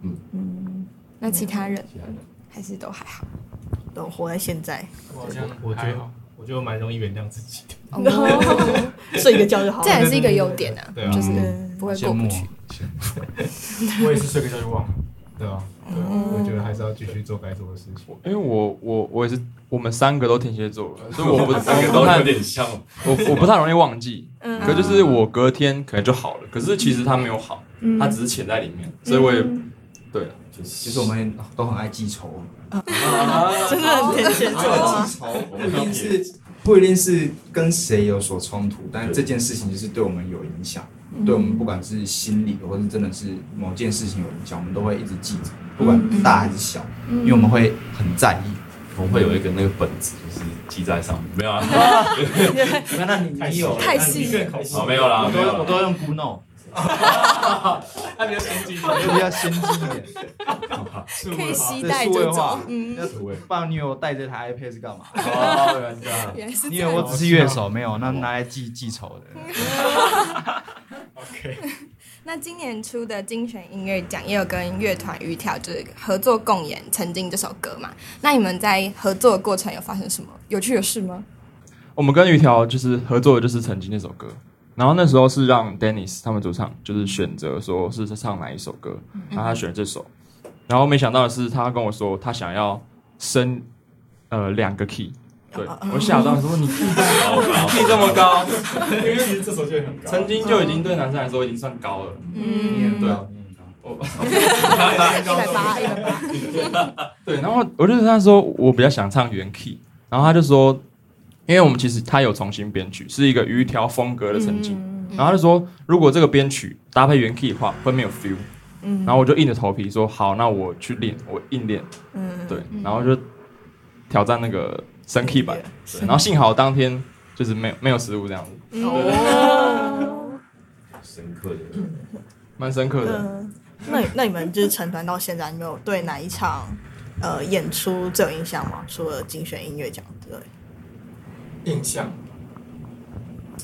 S10: 嗯，那其他人
S6: 其他人
S10: 还是都还好。
S3: 都活在现在。
S7: 我我觉得我觉得我蛮容易原谅自己 的。
S10: 哦
S3: 睡一个觉就好了
S10: 这也是一个优点啊
S7: 对啊，
S10: 就是
S4: 嗯
S10: 不会过不去。
S7: 我也是睡个觉就忘了。对啊，对啊
S3: 哦
S7: 我觉得还是要继续做该做的事情。
S4: 因为我我我也是，我们三个都天蝎座了，所以我不
S6: 三个
S4: 我不
S6: 都
S4: 太
S6: 有点像
S4: 我我不太容易忘记。
S6: 嗯
S4: 可就是我隔天可能就好了，可是其实它没有好
S6: 嗯，
S4: 它只是潜在里面，所以我也
S3: 嗯
S4: 对，
S6: 就是
S8: 其实我们都很爱记仇，
S3: 啊真的很天蝎座啊
S8: 记仇不一定是不一定是跟谁有所冲突，但这件事情就是对我们有影响，
S12: 嗯
S8: 对我们不管是心理或是真的是某件事情有影响，我们都会一直记着，不管大还是小，
S12: 嗯
S8: 因为我 们会很在意。
S6: 我们会有一个那个本子，就是记在上面，没有啊？
S8: 哦那那你你有
S12: 太细了
S8: 太细
S6: 好哦没有啦
S8: 我
S6: 没有啦
S8: 都我都用 Google，
S6: 他比较先进一
S8: 我比较先进一点，
S12: 可以携
S8: 这
S12: 带
S8: 数位
S12: 就
S8: 化
S12: 走，，嗯，
S8: 要不然你有带这台 iPad 是干嘛？
S6: 哦原来这样
S12: 原来是这
S8: 你以
S12: 样
S8: 为我只是乐 手没 有？那拿来记记仇的。
S10: 那今年出的精选音乐奖也有跟乐团鱼跳就是合作共演《曾经》这首歌嘛？那你们在合作的过程有发生什么有趣的事吗？
S4: 我们跟鱼条就是合作的就是曾经那首歌，然后那时候是让 Dennis 他们主唱就是选择说是唱哪一首歌，
S10: 嗯
S4: 然后他选了这首，然后没想到的是他跟我说他想要升呃两个 key，对
S10: 哦
S4: 我吓到说 你 key
S6: 好高
S4: key 这么高，
S5: 因为其实这首就很高，
S4: 曾经就已经对男生来说已经算高了，
S10: 嗯
S4: 对，啊
S10: 一百八，一百八。
S4: 对，然后我就跟他说，我比较想唱原 key，然后他就说，因为我们其实他有重新编曲，是一个鱼条风格的曾经，
S3: 嗯
S4: 然后他就说，如果这个编曲搭配原 key 的话，会没有 feel，
S3: 嗯
S4: 然后我就硬着头皮说，好，那我去练，我硬练，
S3: 嗯
S4: 对，然后就挑战那个升 key 版，对然后幸好当天就是没有没有失误这样子，
S3: 哦
S6: 深刻的，
S4: 蛮深刻的。
S3: 嗯，那你那你们就是成团到现在，你们有对哪一场呃演出最有印象吗？除了精选音乐奖之外，
S5: 印象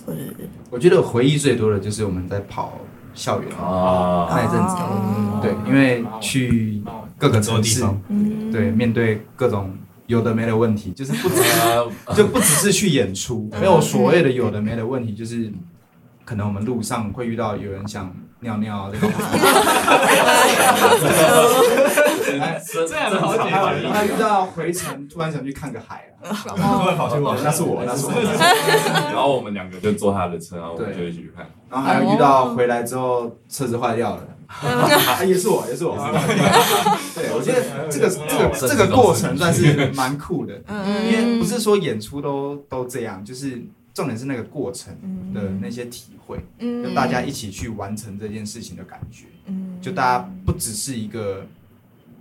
S3: 或者是
S8: 我觉得回忆最多的就是我们在跑校园
S6: 啊
S8: 那一阵子，嗯对，因为去各个城市
S7: 很多地，
S8: 对，面对各种有的没的问题，就是不只
S7: 啊
S8: 是 就不只是去演出，没有所谓的有的没的问题，就是可能我们路上会遇到有人想尿尿这种。 哎
S6: 这这样
S8: 还有他遇到回程突然想去看个海啊，突然跑去玩，那是我，那是我。
S6: 然后我们两个就坐他的车，然后我们就一起去看。
S8: 然后还有遇到回来之后车子坏掉了，啊也是我，也是 我。对，我觉得哦 这个这个这个嗯过程算是蛮酷的，
S10: 嗯
S8: 因为不是说演出都都这样，就是重点是那个过程的那些体会，
S10: 嗯
S8: 跟大家一起去完成这件事情的感觉。
S10: 嗯
S8: 就大家不只是一个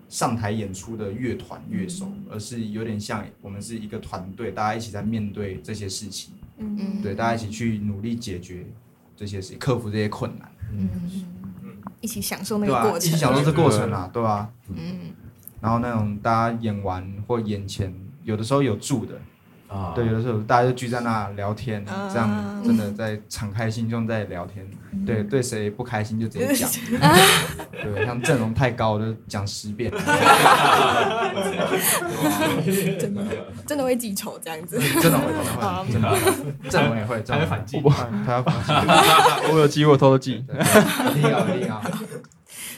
S8: 上台演出的乐团乐手，
S10: 嗯
S8: 而是有点像我们是一个团队，大家一起在面对这些事情，
S10: 嗯
S8: 对，大家一起去努力解决这些事，克服这些困难，
S10: 一起享受那
S8: 对
S10: 个
S8: 吧、
S10: 过程，
S8: 一起享受这过程啊，对吧、
S10: 嗯，
S8: 然后那种大家演完或演前，有的时候有住的。
S6: 啊
S8: 对，有的时候大家就聚在那聊天，
S3: 啊
S8: 这样真的在敞开心胸在聊天。对，对谁不开心就直接讲。对，像阵容太高，我就讲十遍。
S10: 真的真的会记仇这样子，
S8: 真的会，真的会，真的会，阵容也会，
S7: 还会反击
S8: 我 他要反击，
S4: 我有记，我偷偷记，
S8: 一定要，一定要。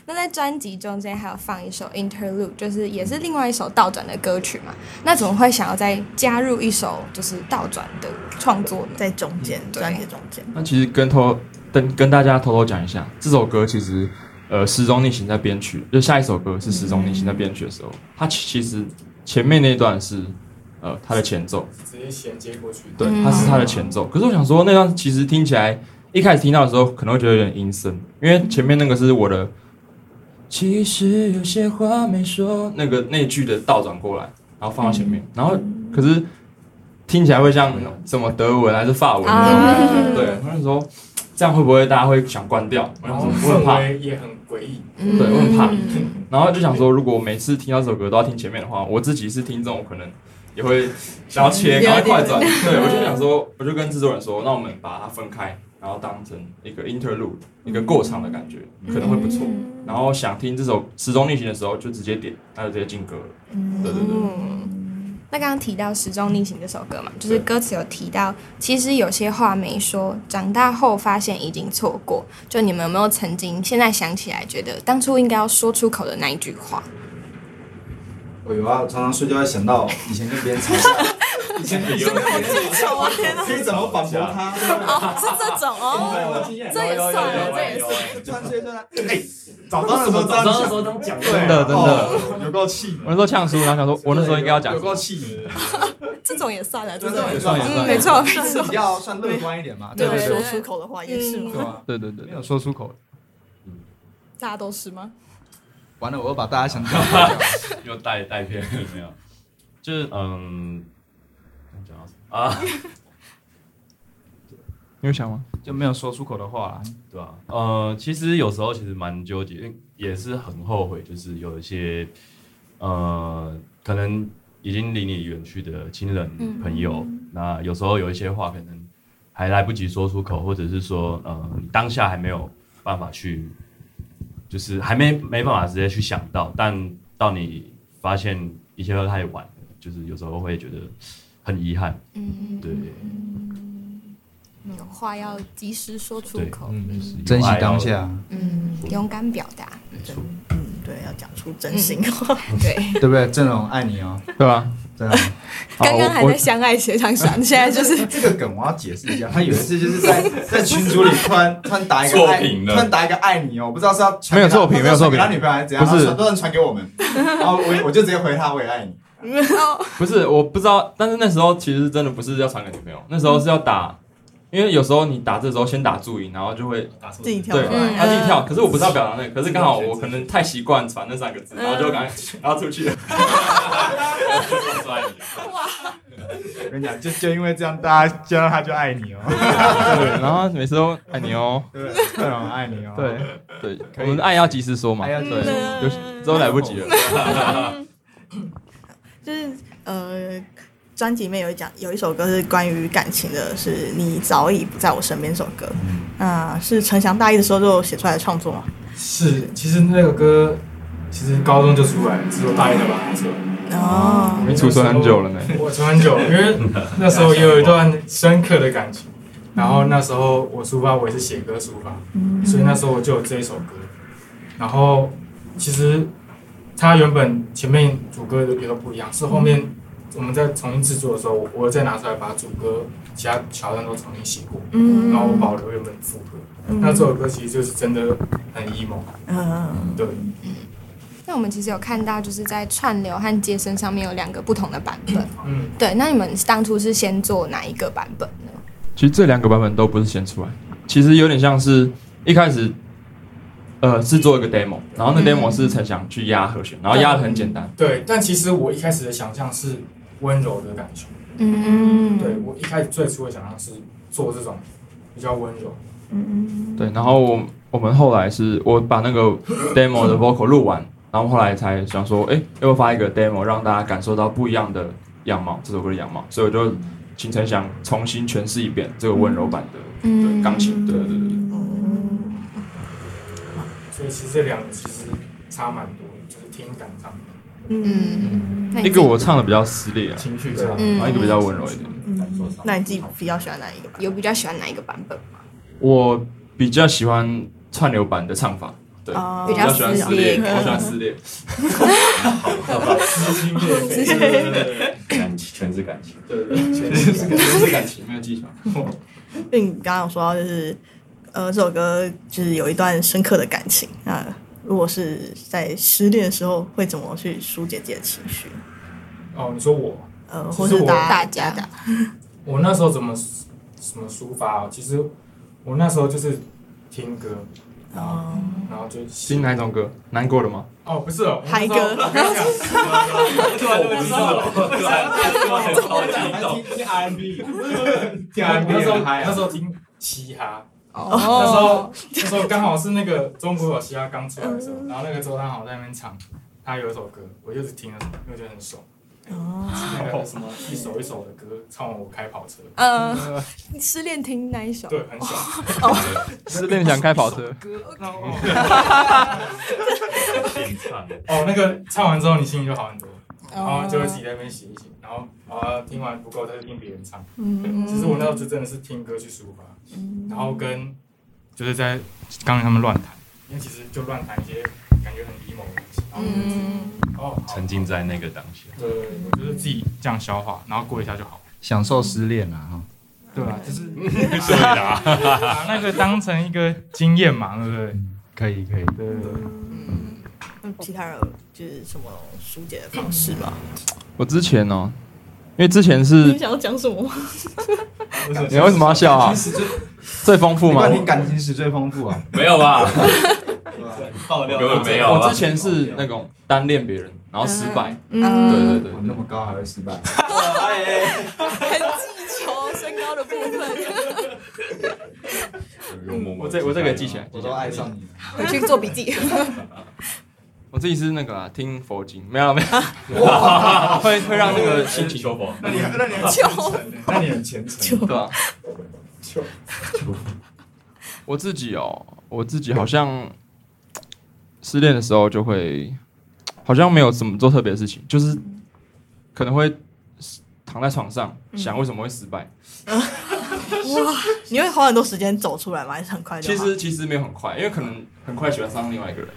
S10: 那在专辑中间还有放一首 interlude，就是也是另外一首倒转的歌曲嘛。那怎么会想要再加入一首就是倒转的创作呢？
S3: 在中间
S10: 对
S3: 专辑中间，
S4: 那其实跟偷跟跟大家偷偷讲一下，这首歌其实呃《时钟逆行》在编曲，就下一首歌是《时钟逆行》在编曲的时候，它其其实前面那一段是呃它的前奏，
S5: 直接衔接过去，
S4: 对，它是它
S10: 嗯
S4: 的前奏。可是我想说，那段其实听起来一开始听到的时候可能会觉得有点阴森，因为前面那个是我的。其实有些话没说，那个那句的倒转过来，然后放到前面，然后可是听起来会像什么德文还是法文，
S10: 啊
S4: 对，那时候这样会不会大家会想关掉？然
S5: 然
S4: 后
S5: 后
S4: 我很怕
S5: 哦氛，围也很诡异，
S10: 嗯
S4: 对我很怕。然后就想说，如果每次听到这首歌都要听前面的话，我自己是听众，我可能也会想要切，
S5: 嗯
S4: 赶快快转。
S5: 有点
S4: 对，我就想说，
S8: 嗯
S4: 我就跟制作人说，那我们把它分开，然后当成一个 interlude，一
S8: 嗯
S4: 个过场的感觉，可能会不错。然后想听这首《时钟逆行》的时候，就直接点，那就直接进歌了。对对对，
S10: 嗯那刚刚提到《时钟逆行》这首歌嘛，就是歌词有提到，其实有些话没说，长大后发现已经错过。就你们有没有曾经现在想起来，觉得当初应该要说出口的那一句话？
S8: 我有啊，常常睡觉会想到以前跟别人吵架，以前跟别人
S12: 好记仇啊！天哪，
S8: 可以怎么反驳他？
S12: 哦，是这种哦，这也算了，这也算了。
S8: 就穿睡穿了，哎，早上怎么这样
S12: 早上的时
S8: 讲
S12: 候这样讲
S8: 对啊
S4: 真的真的
S8: 哦有够气。
S4: 我那时候呛书，然后想说，我那时候应该要讲
S8: 有。够气，
S12: 这种也
S10: 啊
S12: 算了，这
S8: 种
S12: 也
S8: 算
S12: 了，
S8: 嗯
S12: 没错没
S8: 算是
S12: 错，
S8: 比较算乐观一点嘛
S12: 对
S8: 对不对啊
S12: 对
S8: 说出
S3: 口的话也是嘛
S12: 嗯
S4: 对对对，
S8: 没有说出口，
S12: 大家都是吗？
S8: 完了我又把大家想讲。
S6: 又带带偏了没有？就是嗯，讲到什么啊？
S4: 你有想吗？
S8: 就没有说出口的话啦，
S6: 对吧、呃，其实有时候其实蛮纠结，因为也是很后悔，就是有一些呃，可能已经离你远去的亲人、
S12: 嗯
S6: 朋友，那有时候有一些话可能还来不及说出口，或者是说呃，你当下还没有办法去，就是还没没办法直接去想到，但到你发现一切都太晚了，就是有时候会觉得很遗憾，
S12: 嗯
S6: 对。
S12: 有话要及时说出
S6: 对，
S12: 口，
S8: 嗯
S6: 就是有
S8: 珍惜
S6: 爱要
S8: 当下，
S10: 嗯，勇敢表达，
S3: 嗯，对，要讲出真心话。
S10: 对，
S8: 对不对？郑荣爱你哦，
S4: 对吧？
S8: 对啊。
S12: 刚刚还在 相爱协商上，现在就是
S8: 这个梗，我要解释一下。他有一次就 是在在群组里突然突然打一个爱，
S6: 错评了
S8: 突然打一个爱你哦，我不知道是要 传
S4: 没有
S8: 给他
S4: 错评
S8: 他
S4: 没有错评
S8: 传给他女朋友还是怎样，
S4: 不是
S8: 然后传突然传给 我们，然后我也我就直接回他我也爱你，
S12: 哦
S4: 不是，我不知道，但是那时候其实真的不是要传给女朋友，那时候是要打，因为有时候你打字的时候先打注音，然后就会
S7: 自己跳
S4: 对
S7: 出来，
S4: 他自己跳，可是我不知道表达那个，可是刚好我可能太习惯传那三个字，然后就赶快然后出去了。
S8: 我跟你讲，就就因为这样，大家见到他就爱你哦，
S4: 对，然后每次都爱你哦，
S8: 对不对？郑荣爱你哦，
S4: 对对，我们的爱要及时说嘛，
S8: 爱要及时说
S3: 嗯
S4: 对，有时都来不 及了。
S3: 就是呃，专辑里面有一讲有一首歌是关于感情的，是你早已不在我身边这首歌，啊、是陈翔大一的时候就写出来的创作嘛。
S5: 是，其实那个歌其实高中就出来，只有大一的吧，还是
S3: 哦，
S4: 我们储存很久了呢，
S5: 我存很久，因为那时候也有一段深刻的感情。然后那时候我抒发，我也是写歌抒发，
S3: 嗯
S5: 所以那时候我就有这一首歌。然后其实它原本前面主歌也都不一样，是后面我们在重新制作的时候，我我再拿出来把主歌其他桥段都重新写过，
S3: 嗯
S5: 然后我保留原本副歌。那这首歌其实就是真的很 emo，
S3: 嗯，
S5: 对，
S10: 那我们其实有看到，就是在串流和街声上面有两个不同的版本。
S5: 嗯，
S10: 对，那你们当初是先做哪一个版本呢？
S4: 其实这两个版本都不是先出来，其实有点像是一开始，呃，是做一个 demo，然
S10: 嗯
S4: 后那 demo 是陈翔去压和弦，然后压的很简单，
S5: 对，但其实我一开始的想象是温柔的感觉。
S10: 嗯，
S5: 对我一开始最初的想象是做这种比较温柔，
S10: 嗯
S4: 对，然后我我们后来是我把那个 demo 的 vocal 录完，然后后来才想说，哎，要不要发一个 demo 让大家感受到不一样的样貌，这首歌的样貌，所以我就请陈翔重新诠释一遍这个温柔版的对钢琴，对对对对，
S5: 所以其实这两个其实差蛮多的，就是听感上
S10: 嗯，那你
S4: 一个我唱的比较撕裂啊，
S5: 情绪上
S10: 嗯
S4: 然后一个比较温柔一点。
S3: 那你自己比较喜欢哪一个版
S10: 有比较喜欢哪一个版本吗？
S4: 我比较喜欢串流版的唱法，对，
S3: 哦
S4: 比较喜欢撕裂，
S10: 比较
S4: 我喜欢撕裂。
S10: 是是
S4: 对对对
S6: 感情全是感情。
S4: 对
S8: 嗯
S4: 对，全是感全是感情，没有技巧。
S3: 因为你刚刚有说到，就是呃，这首歌就是有一段深刻的感情。那如果是在失恋的时候，会怎么去疏解自己的情绪？
S5: 哦，你说我，
S3: 呃，
S5: 其实
S3: 或是
S5: 我
S3: 打
S10: 大家
S3: 打
S5: 我那时候怎么怎么抒发哦？其实我那时候就是听歌，然后、然后就
S4: 听哪一种歌？难过的吗？
S5: 哦，不是哦，我
S3: 嗨
S5: 那时候
S3: 歌
S5: 我跟你讲
S8: 听 R&B，
S5: 那时候
S8: 嗨啊
S5: 那时候听嘻哈，那时候那时候刚好是那个中国有嘻哈刚出来的时候，然后那个周汤豪在那边唱，他有一首歌，我就是听了，因为我觉得很爽。是那个什么一首一首的歌，唱完我开跑车。
S10: 呃，失恋听哪一首？
S5: 对，很爽。
S10: 哦，
S4: 失恋想开跑车，
S5: 哦，那个唱完之后你心情就好很多，然
S11: 哦
S5: 后就会自己在那边写一写，然后啊听完不够再去听别人唱。
S11: 嗯
S5: 其实我那时候就真的是听歌去抒发，然后跟就是在刚才他们乱弹，因为其实就乱弹一些感觉很 emo 的东西，然后我就自己
S11: 嗯
S5: 哦好
S6: 沉浸在那个当下。
S5: 对，我就是自己这样消化，然后过一下就好。
S8: 享受失恋啊哈。
S5: 对啊， 就是
S8: 对啦
S5: 把那个当成一个经验嘛，对不对？
S8: 嗯可以可以，
S5: 对对对。
S3: 那其他人有就是什么疏解的方式吗？
S4: 我之前哦，因为之前是
S3: 你想要讲什 么？
S4: 你为什么要笑啊
S8: 感情史最？
S4: 最丰富吗？
S8: 冠廷感情史最丰富啊，
S4: 没有 吧？
S7: 爆
S8: 料啊
S6: 啊
S4: 我之前是那种单恋别人，然后失败。
S8: 嗯
S4: 对对对，
S8: 那么高还会失败？
S12: 很记仇身高的部分。
S4: 我这我这个记起来，
S8: 我都爱上你。
S10: 回去做 笔记。
S4: 嗯我自己是那个啊，听佛经，没有没有
S8: 哇， 哦
S4: 会会让那个心情
S6: 修佛。
S8: 那你那你很虔诚欸，那你很虔诚，
S4: 对啊吧？我自己哦，我自己好像失恋的时候就会，好像没有什么做特别的事情，就是可能会躺在床上
S3: 嗯
S4: 想为什么会失败。
S3: 哇，你会花很多时间走出来吗？还是很快就
S4: 其
S3: 好？
S4: 实其实没有很快，因为可能很快喜欢上另外一个人。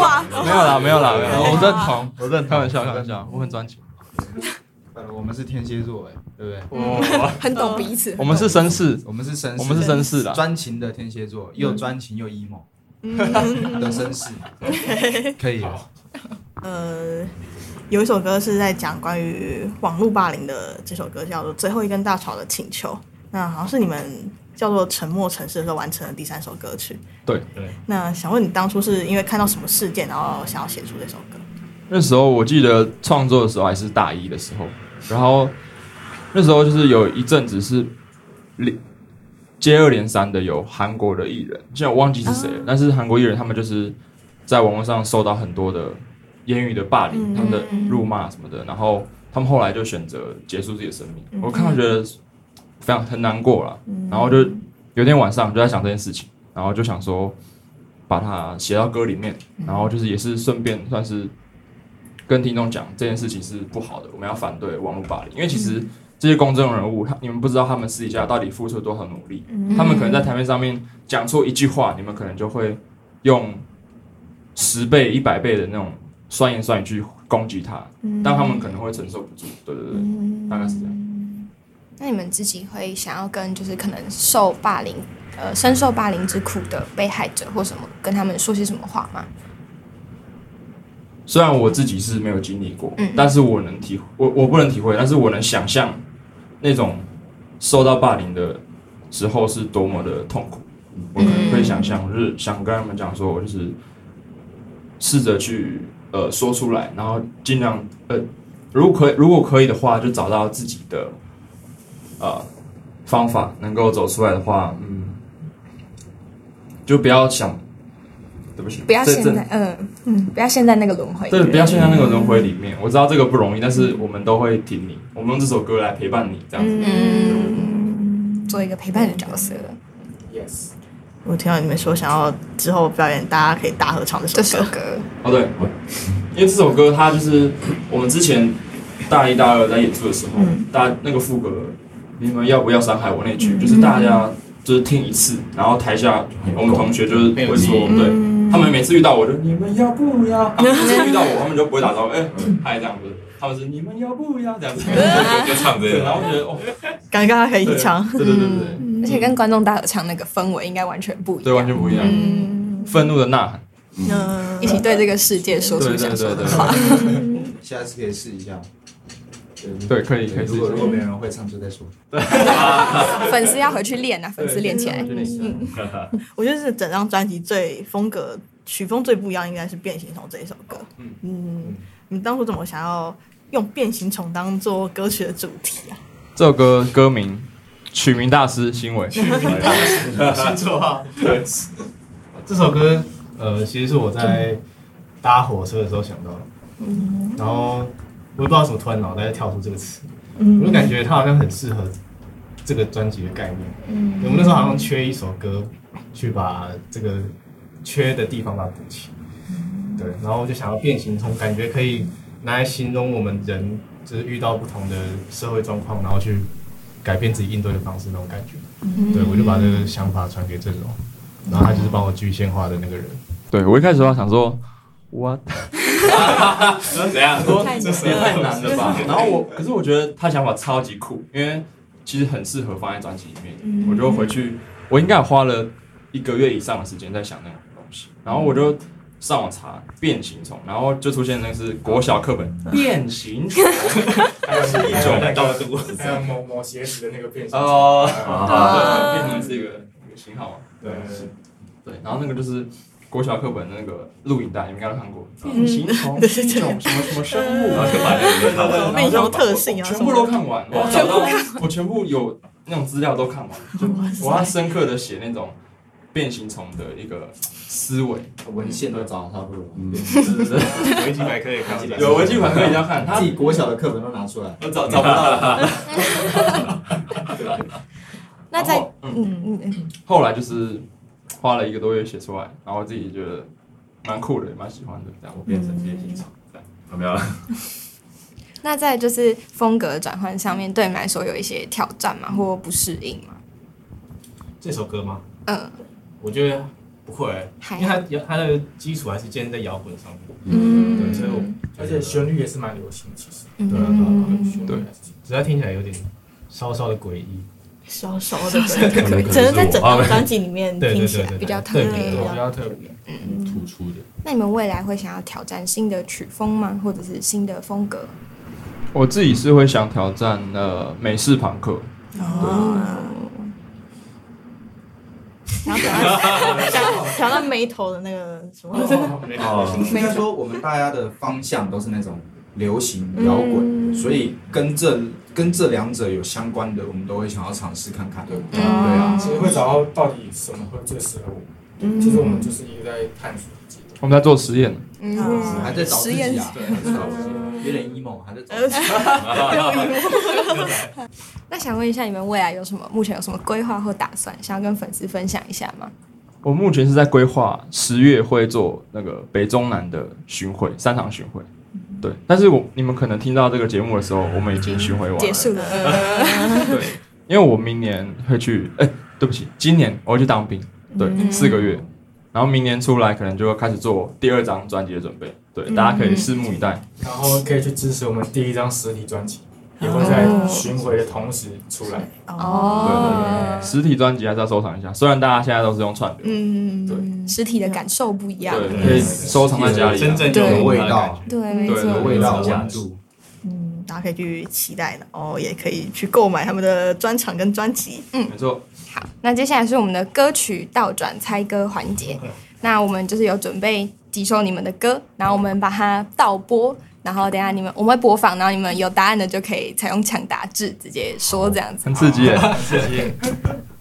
S3: 哇，
S4: 没有 啦，没有啦，没有啦，我认同，我认同，开玩笑，开玩笑，我很专情。
S8: 呃我们是天蝎座哎，对不
S4: 哇
S8: 对？
S10: 嗯很懂彼此
S4: 我们是绅士，
S8: 我们是绅士，
S4: 我们是绅士啦。
S8: 专情的天蝎座，又专情又 emo
S3: 嗯
S8: 的绅士， 可以啊哦了。
S3: 呃，有一首歌是在讲关于网络霸凌的，这首歌叫做《最后一根大草的请求》，那好像是你们叫做《沉默城市》的时候完成的第三首歌曲。
S4: 对
S6: 对，
S3: 那想问你当初是因为看到什么事件，然后想要写出这首歌？
S4: 那时候我记得创作的时候还是大一的时候，然后那时候就是有一阵子是连接二连三的有韩国的艺人，现在我忘记是谁
S6: 啊
S4: 了，但是韩国艺人他们就是在网络上受到很多的言语的霸凌，
S6: 嗯
S4: 他们的辱骂什么的，然后他们后来就选择结束自己的生命。
S6: 嗯
S4: 我看到觉得非常很难过了，
S6: 嗯
S4: 然后就有一天晚上就在想这件事情，然后就想说把它写到歌里面，
S6: 嗯
S4: 然后就是也是顺便算是跟听众讲这件事情是不好的，我们要反对网络霸凌，因为其实
S6: 嗯
S4: 这些公众人物，他你们不知道他们私底下到底付出了多少努力，
S6: 嗯
S4: 他们可能在台面上面讲错一句话，你们可能就会用十倍、一百倍的那种酸言酸语去攻击他，
S10: 嗯
S4: 但他们可能会承受不住，对对对，
S6: 嗯
S4: 大概是这样。
S10: 那你们自己会想要跟就是可能受霸凌，呃，深受霸凌之苦的被害者或什么，跟他们说些什么话吗？
S4: 虽然我自己是没有经历过，
S10: 嗯
S4: 但是我能体我我不能体会，但是我能想象那种受到霸凌的时候是多么的痛苦。我可能会想象，就是
S10: 嗯
S4: 想跟他们讲说，我就是试着去呃说出来，然后尽量呃，如果可以如果可以的话，就找到自己的呃方法，能够走出来的话，嗯，就不要想，对不起，
S10: 不要
S4: 这
S10: 陷
S4: 这
S10: 在，嗯嗯，不要陷在那个轮回。
S4: 对，不要陷在那个轮回里面。我知道这个不容易，但是我们都会挺你，我们用这首歌来陪伴你，这样
S3: 嗯
S4: 子。
S10: 做一个陪伴的角色。
S5: Yes。
S3: 我听到你们说想要之后表演，大家可以大合唱这首歌。
S4: 哦，对，我因为这首歌它就是我们之前大一大二在演出的时候，
S6: 嗯
S12: 嗯
S4: 大家那个副歌“你们要不要伤害我”那句，就是大家就是听一次，然后台下我们同学就是会说，对他们每次遇到我就 你们要不 要，他们每次遇到我他们就不会打招呼，哎，嗨这样子，他们是你们要不要这样子，就唱这个，然后觉得哦，
S3: 刚刚可以一唱，
S4: 对对对对对。
S10: 嗯而且跟观众大合唱那个氛围应该完全不一样。
S4: 对，完全不一样。愤怒的呐喊，
S3: 嗯，
S10: 一起对这个世界说出
S4: 对
S10: 想
S4: 对
S10: 说
S4: 对
S10: 的
S4: 对
S10: 话。嗯
S8: 下次可以试一下。
S4: 对，可以可以试
S8: 如
S4: 一
S8: 果
S4: 下
S8: 如果没有人会唱，就再 说。
S10: 粉丝要回去练啊，粉丝练起来。嗯，
S3: 嗯 我觉得是整张专辑最风格曲风最不一样，应该是《变形虫》这一首歌。嗯你当初怎么想要用《变形虫》当做歌曲的主题啊？
S4: 这首歌歌名取名大师新伟，取
S7: 名大师新绰号
S4: 对，
S7: 这首歌呃，其实是我在搭火车的时候想到的，
S11: 嗯
S7: 然后我也不知道怎么突然脑袋跳出这个词，
S11: 嗯
S7: 我就感觉它好像很适合这个专辑的概念。
S11: 嗯
S7: 我们那时候好像缺一首歌，去把这个缺的地方把它补齐。
S11: 嗯
S7: 对，然后我就想要变形虫，感觉可以拿来形容我们人就是遇到不同的社会状况，然后去改变自己应对的方式那种感觉。
S11: 嗯
S7: 对，我就把这个想法传给郑荣，然后他就是帮我具现化的那个人。
S4: 对我一开始要想说，what？
S6: 怎样？
S4: 说
S6: 这
S4: 也
S6: 也
S4: 太
S6: 太
S4: 难
S6: 难
S4: 了
S6: 了
S4: 吧
S6: 吧？
S4: 然后我，可是我觉得他想法超级酷，因为其实很适合放在专辑里面。
S6: 嗯
S4: 我就回去，我应该有花了一个月以上的时间在想那种东西，然后我就上网查变形虫，然后就出现那是国小课本变形虫，它是一种
S5: 高度， 还有某某鞋子的那个变形
S4: 哦，
S5: 啊
S4: 对，变成是一个一个型号嘛。
S5: 对
S4: 对，然后那个就是国小课本的那个录影带，你们应该都看过。
S3: 嗯
S4: 形 虫
S3: 对呃
S4: 是一种什么什么生物，啊
S3: 然后就把那个
S4: 对对对，然后
S3: 变形虫
S4: 就把
S3: 特性啊
S4: 我全
S3: 什
S4: 部
S3: 么
S4: 都
S3: 的
S4: 看完，我
S3: 全
S4: 找
S3: 部
S4: 到
S3: 看
S4: 我全部有那种资料都 看完，就我要深刻的写那种变形虫的一个思维，嗯文献都找差不多。对对对，
S7: 维基百科也看
S4: 起来有维基百科一定要看，他
S13: 自己国小的课本都拿出来，
S4: 我找找不到 了。
S10: 那在
S4: 嗯
S10: 嗯嗯
S4: 后来就是花了一个多月写出来，然后自己觉得蛮酷的，也蛮喜欢的，这样我变成变形虫，这样
S6: 有没有？
S10: 那在就是风格转换上面，对你们来说有一些挑战吗，或不适应吗？
S7: 这首歌吗？
S10: 嗯，
S7: 我觉得不会欸、因为它摇它的基础还是建立在摇滚上面。
S5: 嗯
S7: 对，所以我
S5: 而且旋律也是蛮流行，其实。
S7: 对啊对啊对啊
S5: 嗯
S7: 对，只要听起来有点稍稍的诡异。
S11: 稍稍
S7: 的
S11: 的
S7: 诡异 可能
S11: 只能在整
S7: 可能是我啊
S11: 张专辑里面
S7: 对对
S11: 听
S7: 对
S11: 起来
S7: 对对
S10: 比较特
S7: 对
S10: 别
S7: 对
S10: 的
S7: 比较特别，
S10: 嗯
S6: 突出的。
S10: 那你们未来会想要挑战新的曲风吗？或者是新的风格？
S4: 我自己是会想挑战呃美式朋克，
S10: 嗯
S11: 哦，
S3: 然后想到想想到眉头的那个 什么，
S13: 哦，应该说我们大家的方向都是那种流行摇
S10: 嗯
S13: 滚，所以跟这跟这两者有相关的，我们都会想要尝试看看。对，
S10: 嗯
S13: 对啊，
S5: 其实会找到到底什么会最适合我。
S13: 嗯
S5: 其实我们就是一直在探索自己。
S4: 我们在做实验。
S10: 嗯
S13: 还在找自己啊，
S5: 实
S13: 对，
S5: 验
S13: 还在找自己，有
S5: 嗯
S13: 点 emo，还在 找自己。啊
S10: 那想问一下，你们未来有什么目前有什么规划或打算，想要跟粉丝分享一下吗？
S4: 我目前是在规划十月会做那个北中南的巡回，三场巡回。对，但是我你们可能听到这个节目的时候，我们已经巡回完了
S10: 结束了。
S4: 对，因为我明年会去，哎、对不起，今年我会去当兵，对，
S10: 嗯
S4: 四个月，然后明年出来可能就会开始做第二张专辑的准备。对，
S10: 嗯
S4: 大家可以拭目以待。
S5: 然后可以去支持我们第一张实体专辑，
S3: 嗯
S5: 也会在巡回的同时出来。
S10: 哦，
S4: 实体专辑还是要收藏一下，虽然大家现在都是用串流，
S10: 嗯，对，实体的感受不一样。
S4: 对，可以收藏在家里啊，
S6: 真正
S3: 有
S13: 味道
S10: 对
S3: 没
S4: 对
S3: 错
S4: 有
S13: 味道
S4: 价
S13: 温
S4: 值
S13: 度。
S3: 嗯，大家可以去期待，然后也可以去购买他们的专场跟专辑。
S10: 嗯
S4: 没错。
S10: 那接下来是我们的歌曲倒转猜歌环 节。那我们就是有准备几首你们的歌，然后我们把它倒播，然后等一下你们我们会播放，然后你们有答案的就可以采用抢答制直接说这样子。
S4: 很刺激 耶，
S5: 刺 激。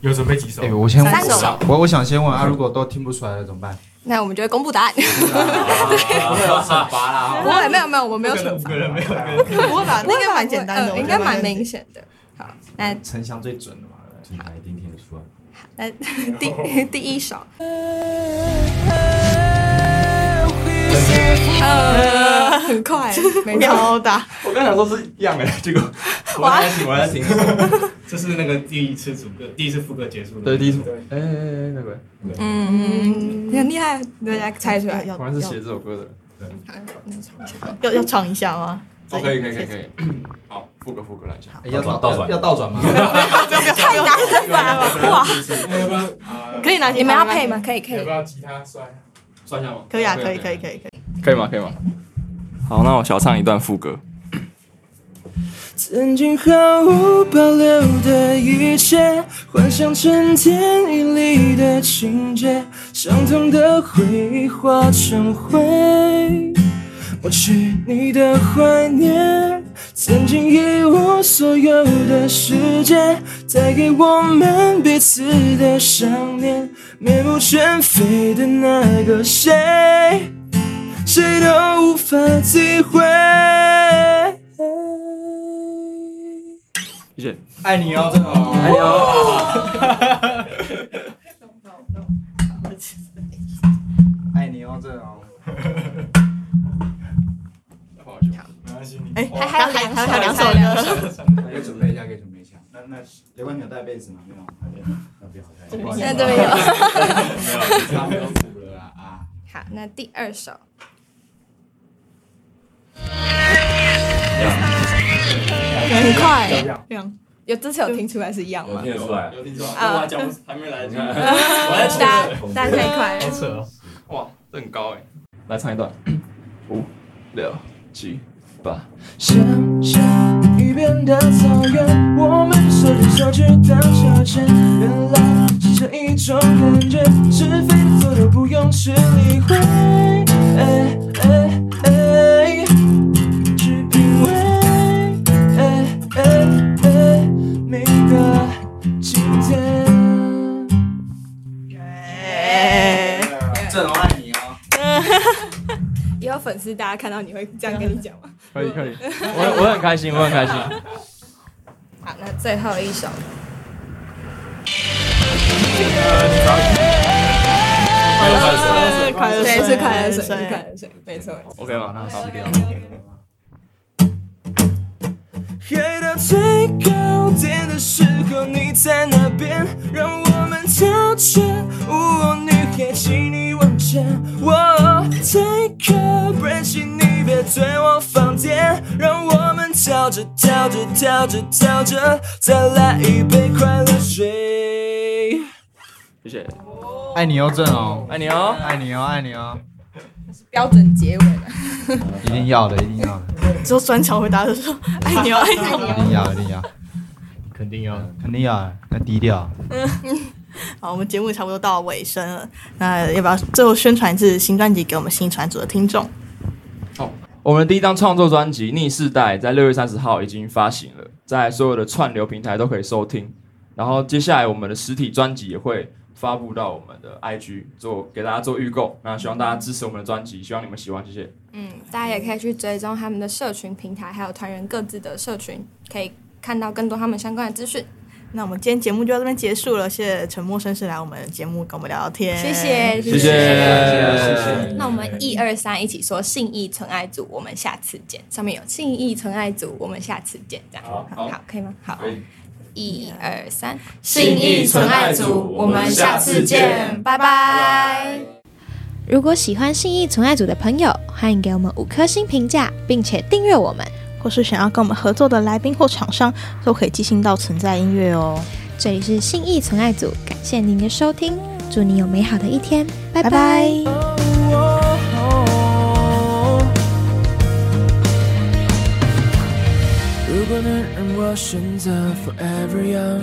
S5: 有准备几首？
S13: 哎，我先
S10: 三首
S13: 我我想先问啊，如果都听不出来了怎么 办？
S10: 那我们就会公布答案。
S13: 惩罚啦
S10: 不 会，没有没有，我们没有惩罚，
S7: 没有
S10: 不会吧？
S3: 应该蛮简单的
S10: 呃
S3: 我觉得
S10: 应该蛮明显的。好，那
S13: 沉香最准的嘛，
S6: 听来一定听得出来。
S10: 那
S8: 哦
S10: 第第一首。呃，很 快，没
S3: 秒答。
S4: 我刚想说是一样哎，结果我还在听，我还在听。
S7: 这是那个第一次主歌，第一次副歌结束的。
S4: 对，第一首，哎哎哎，那个，
S10: 嗯，很厉害，大家猜出来。
S4: 果然是写这首歌的。对，
S3: 要要唱一下吗？
S4: 哦，可以可以可以可以，好，副歌副歌来一下，
S13: 哎要倒倒转要倒转吗？
S3: 太难了吧？哇，
S5: 要不要？呃
S3: 可以拿
S10: 你们要配吗？可以可以
S5: 要不。要吉他摔？
S4: 算一下吗？
S3: 可以啊，可以可以可以可以。
S4: 可以吗？可以吗？好，那我小唱一段副歌。
S9: 曾经毫无保留的一切，幻想成电影里的情节，伤痛的回忆化成灰，抹去你的怀念，曾经一无所有的世界，带给我们彼此的想念，面目全非的那个谁，谁都无法体会。
S8: 谢谢，爱你哦，真的哦，爱你哦，爱你哦，真的哦。
S3: 哎
S8: 还
S3: 还有两首还有两首还有两首
S8: 可以准备一下，可以准备一下。那那刘冠你有带被子吗？没有，那不要，
S10: 现在都没有
S8: 没 有谱了啦啊。
S10: 好，那第二首，嗯
S1: 很快
S8: 一
S1: 样。有之前有听出来是一样吗？
S7: 有听得出来有听出来
S10: 呃
S1: 啊
S7: 我讲不还没 来
S1: 大家大家太快了。
S13: 哦
S7: 了，哇，这很高哎。
S4: 来唱一段，欸五六七八。
S9: 想象一边的草原，我们手牵手去荡秋千，原来是这一种感觉，是非错都不用去理会，哎哎哎，去品味，哎哎哎，每个今天。
S8: 郑红爱你哦。
S1: 以后粉丝大家看到你会这样跟你讲吗？
S4: 可以可以，我我很开心，我很开心。
S10: 好，那最后一首，
S1: 快
S4: 乐生日快乐生日
S1: 对，是快乐
S4: 快乐生
S1: 生
S4: 日
S1: 日，快乐生日，没错。
S4: OK 吗？那好。
S9: 黑到最高点的时候，你在那边，让我们跳着舞哦，女孩，请你往前。哦 take a break，请你别对我放电，让我们跳着跳着跳着跳着，再来一杯快乐水。
S8: 谢谢，爱你哦，郑哦，
S4: 爱你哦，
S8: 爱你哦，爱你哦，
S1: 标准结尾，
S8: 一定要的，一定要的，
S3: 只有专场回答的说爱你哦爱你
S8: 一定
S3: 哦。
S8: 要，一定要，
S14: 肯定要，
S8: 肯定要，要低调。
S3: 嗯，好，我们节目也差不多到尾声了，那要不要最后宣传一次新专辑给我们新传组的听众？
S4: 我们的第一张创作专辑《逆世代》在六月三十号已经发行了，在所有的串流平台都可以收听。然后接下来我们的实体专辑也会发布到我们的 IG 做给大家做预购。那希望大家支持我们的专辑，希望你们喜欢，谢谢。
S10: 嗯，大家也可以去追踪他们的社群平台，还有团员各自的社群，可以看到更多他们相关的资讯。
S3: 那我们今天节目就到这边结束了，谢谢陈默绅士来我们节目跟我们聊聊天，
S10: 谢谢，
S4: 谢谢谢谢
S10: 那我们一二三一起说信义存爱组，我们下次见。上面有信义存爱组，我们下次见，这样好好可以吗？好，一二三，
S15: 信义存爱组我们下次见，
S10: 拜拜。
S16: 如果喜欢信义存爱组的朋友，欢迎给我们五颗星评价，并且订阅我们。
S3: 或是想要跟我们合作的来宾或厂商，都可以寄信到存在音乐哦。
S16: 这里是信义存爱组，感谢您的收听，祝你有美好的一天，拜拜
S9: 如果能让我选择 forever young，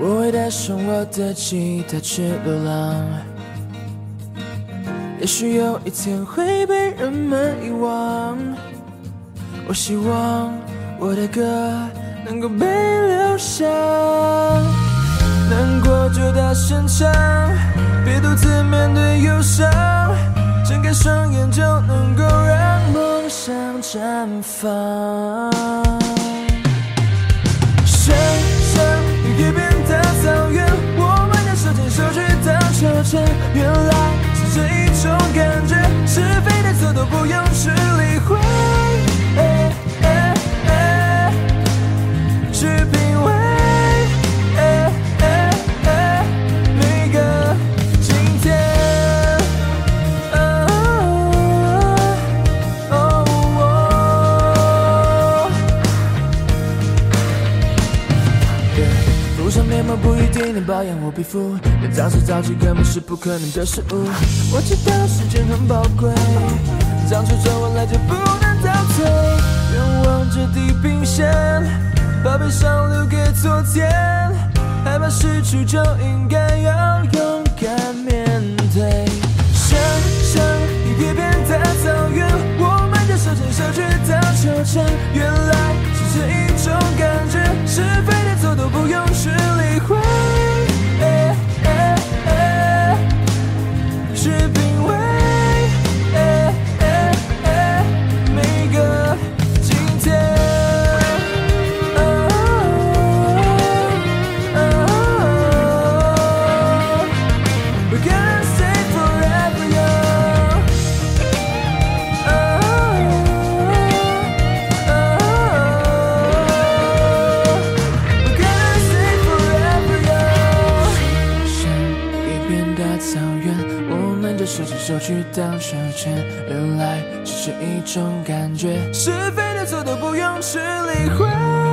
S9: 我会带上我的吉他去流浪。也许有一天会被人们遗忘，我希望我的歌能够被留下。难过就大声唱，别独自面对忧伤，睁开双眼就能够让梦想绽放。想象一片的草原，我们的手牵手去荡秋千，原来是这一种感觉，是非对错都不用去理会。哎哎哎去品味，哎哎哎，每个今天。啊哦哦路上面貌不一定能保养我皮肤，但早睡早起根本是不可能的事物。我知道时间很宝贵，长出皱纹来就不能倒退。愿望这地平线，把悲伤留给昨天，害怕失去就应该要勇敢面对。想象一片片的草原，我们的手牵手去荡秋过程，原来只是一种感觉，是非对错都不用去理会。哎哎哎去品味。哎哎哎每个今天。哦哦 We're gonna stay forever young. Oh, oh, we're gonna stay forever young.
S17: 一片大草原，我们就手牵手去到手牵，原来只是一种感觉。
S9: 是非对错都不用去理会。Oh, oh.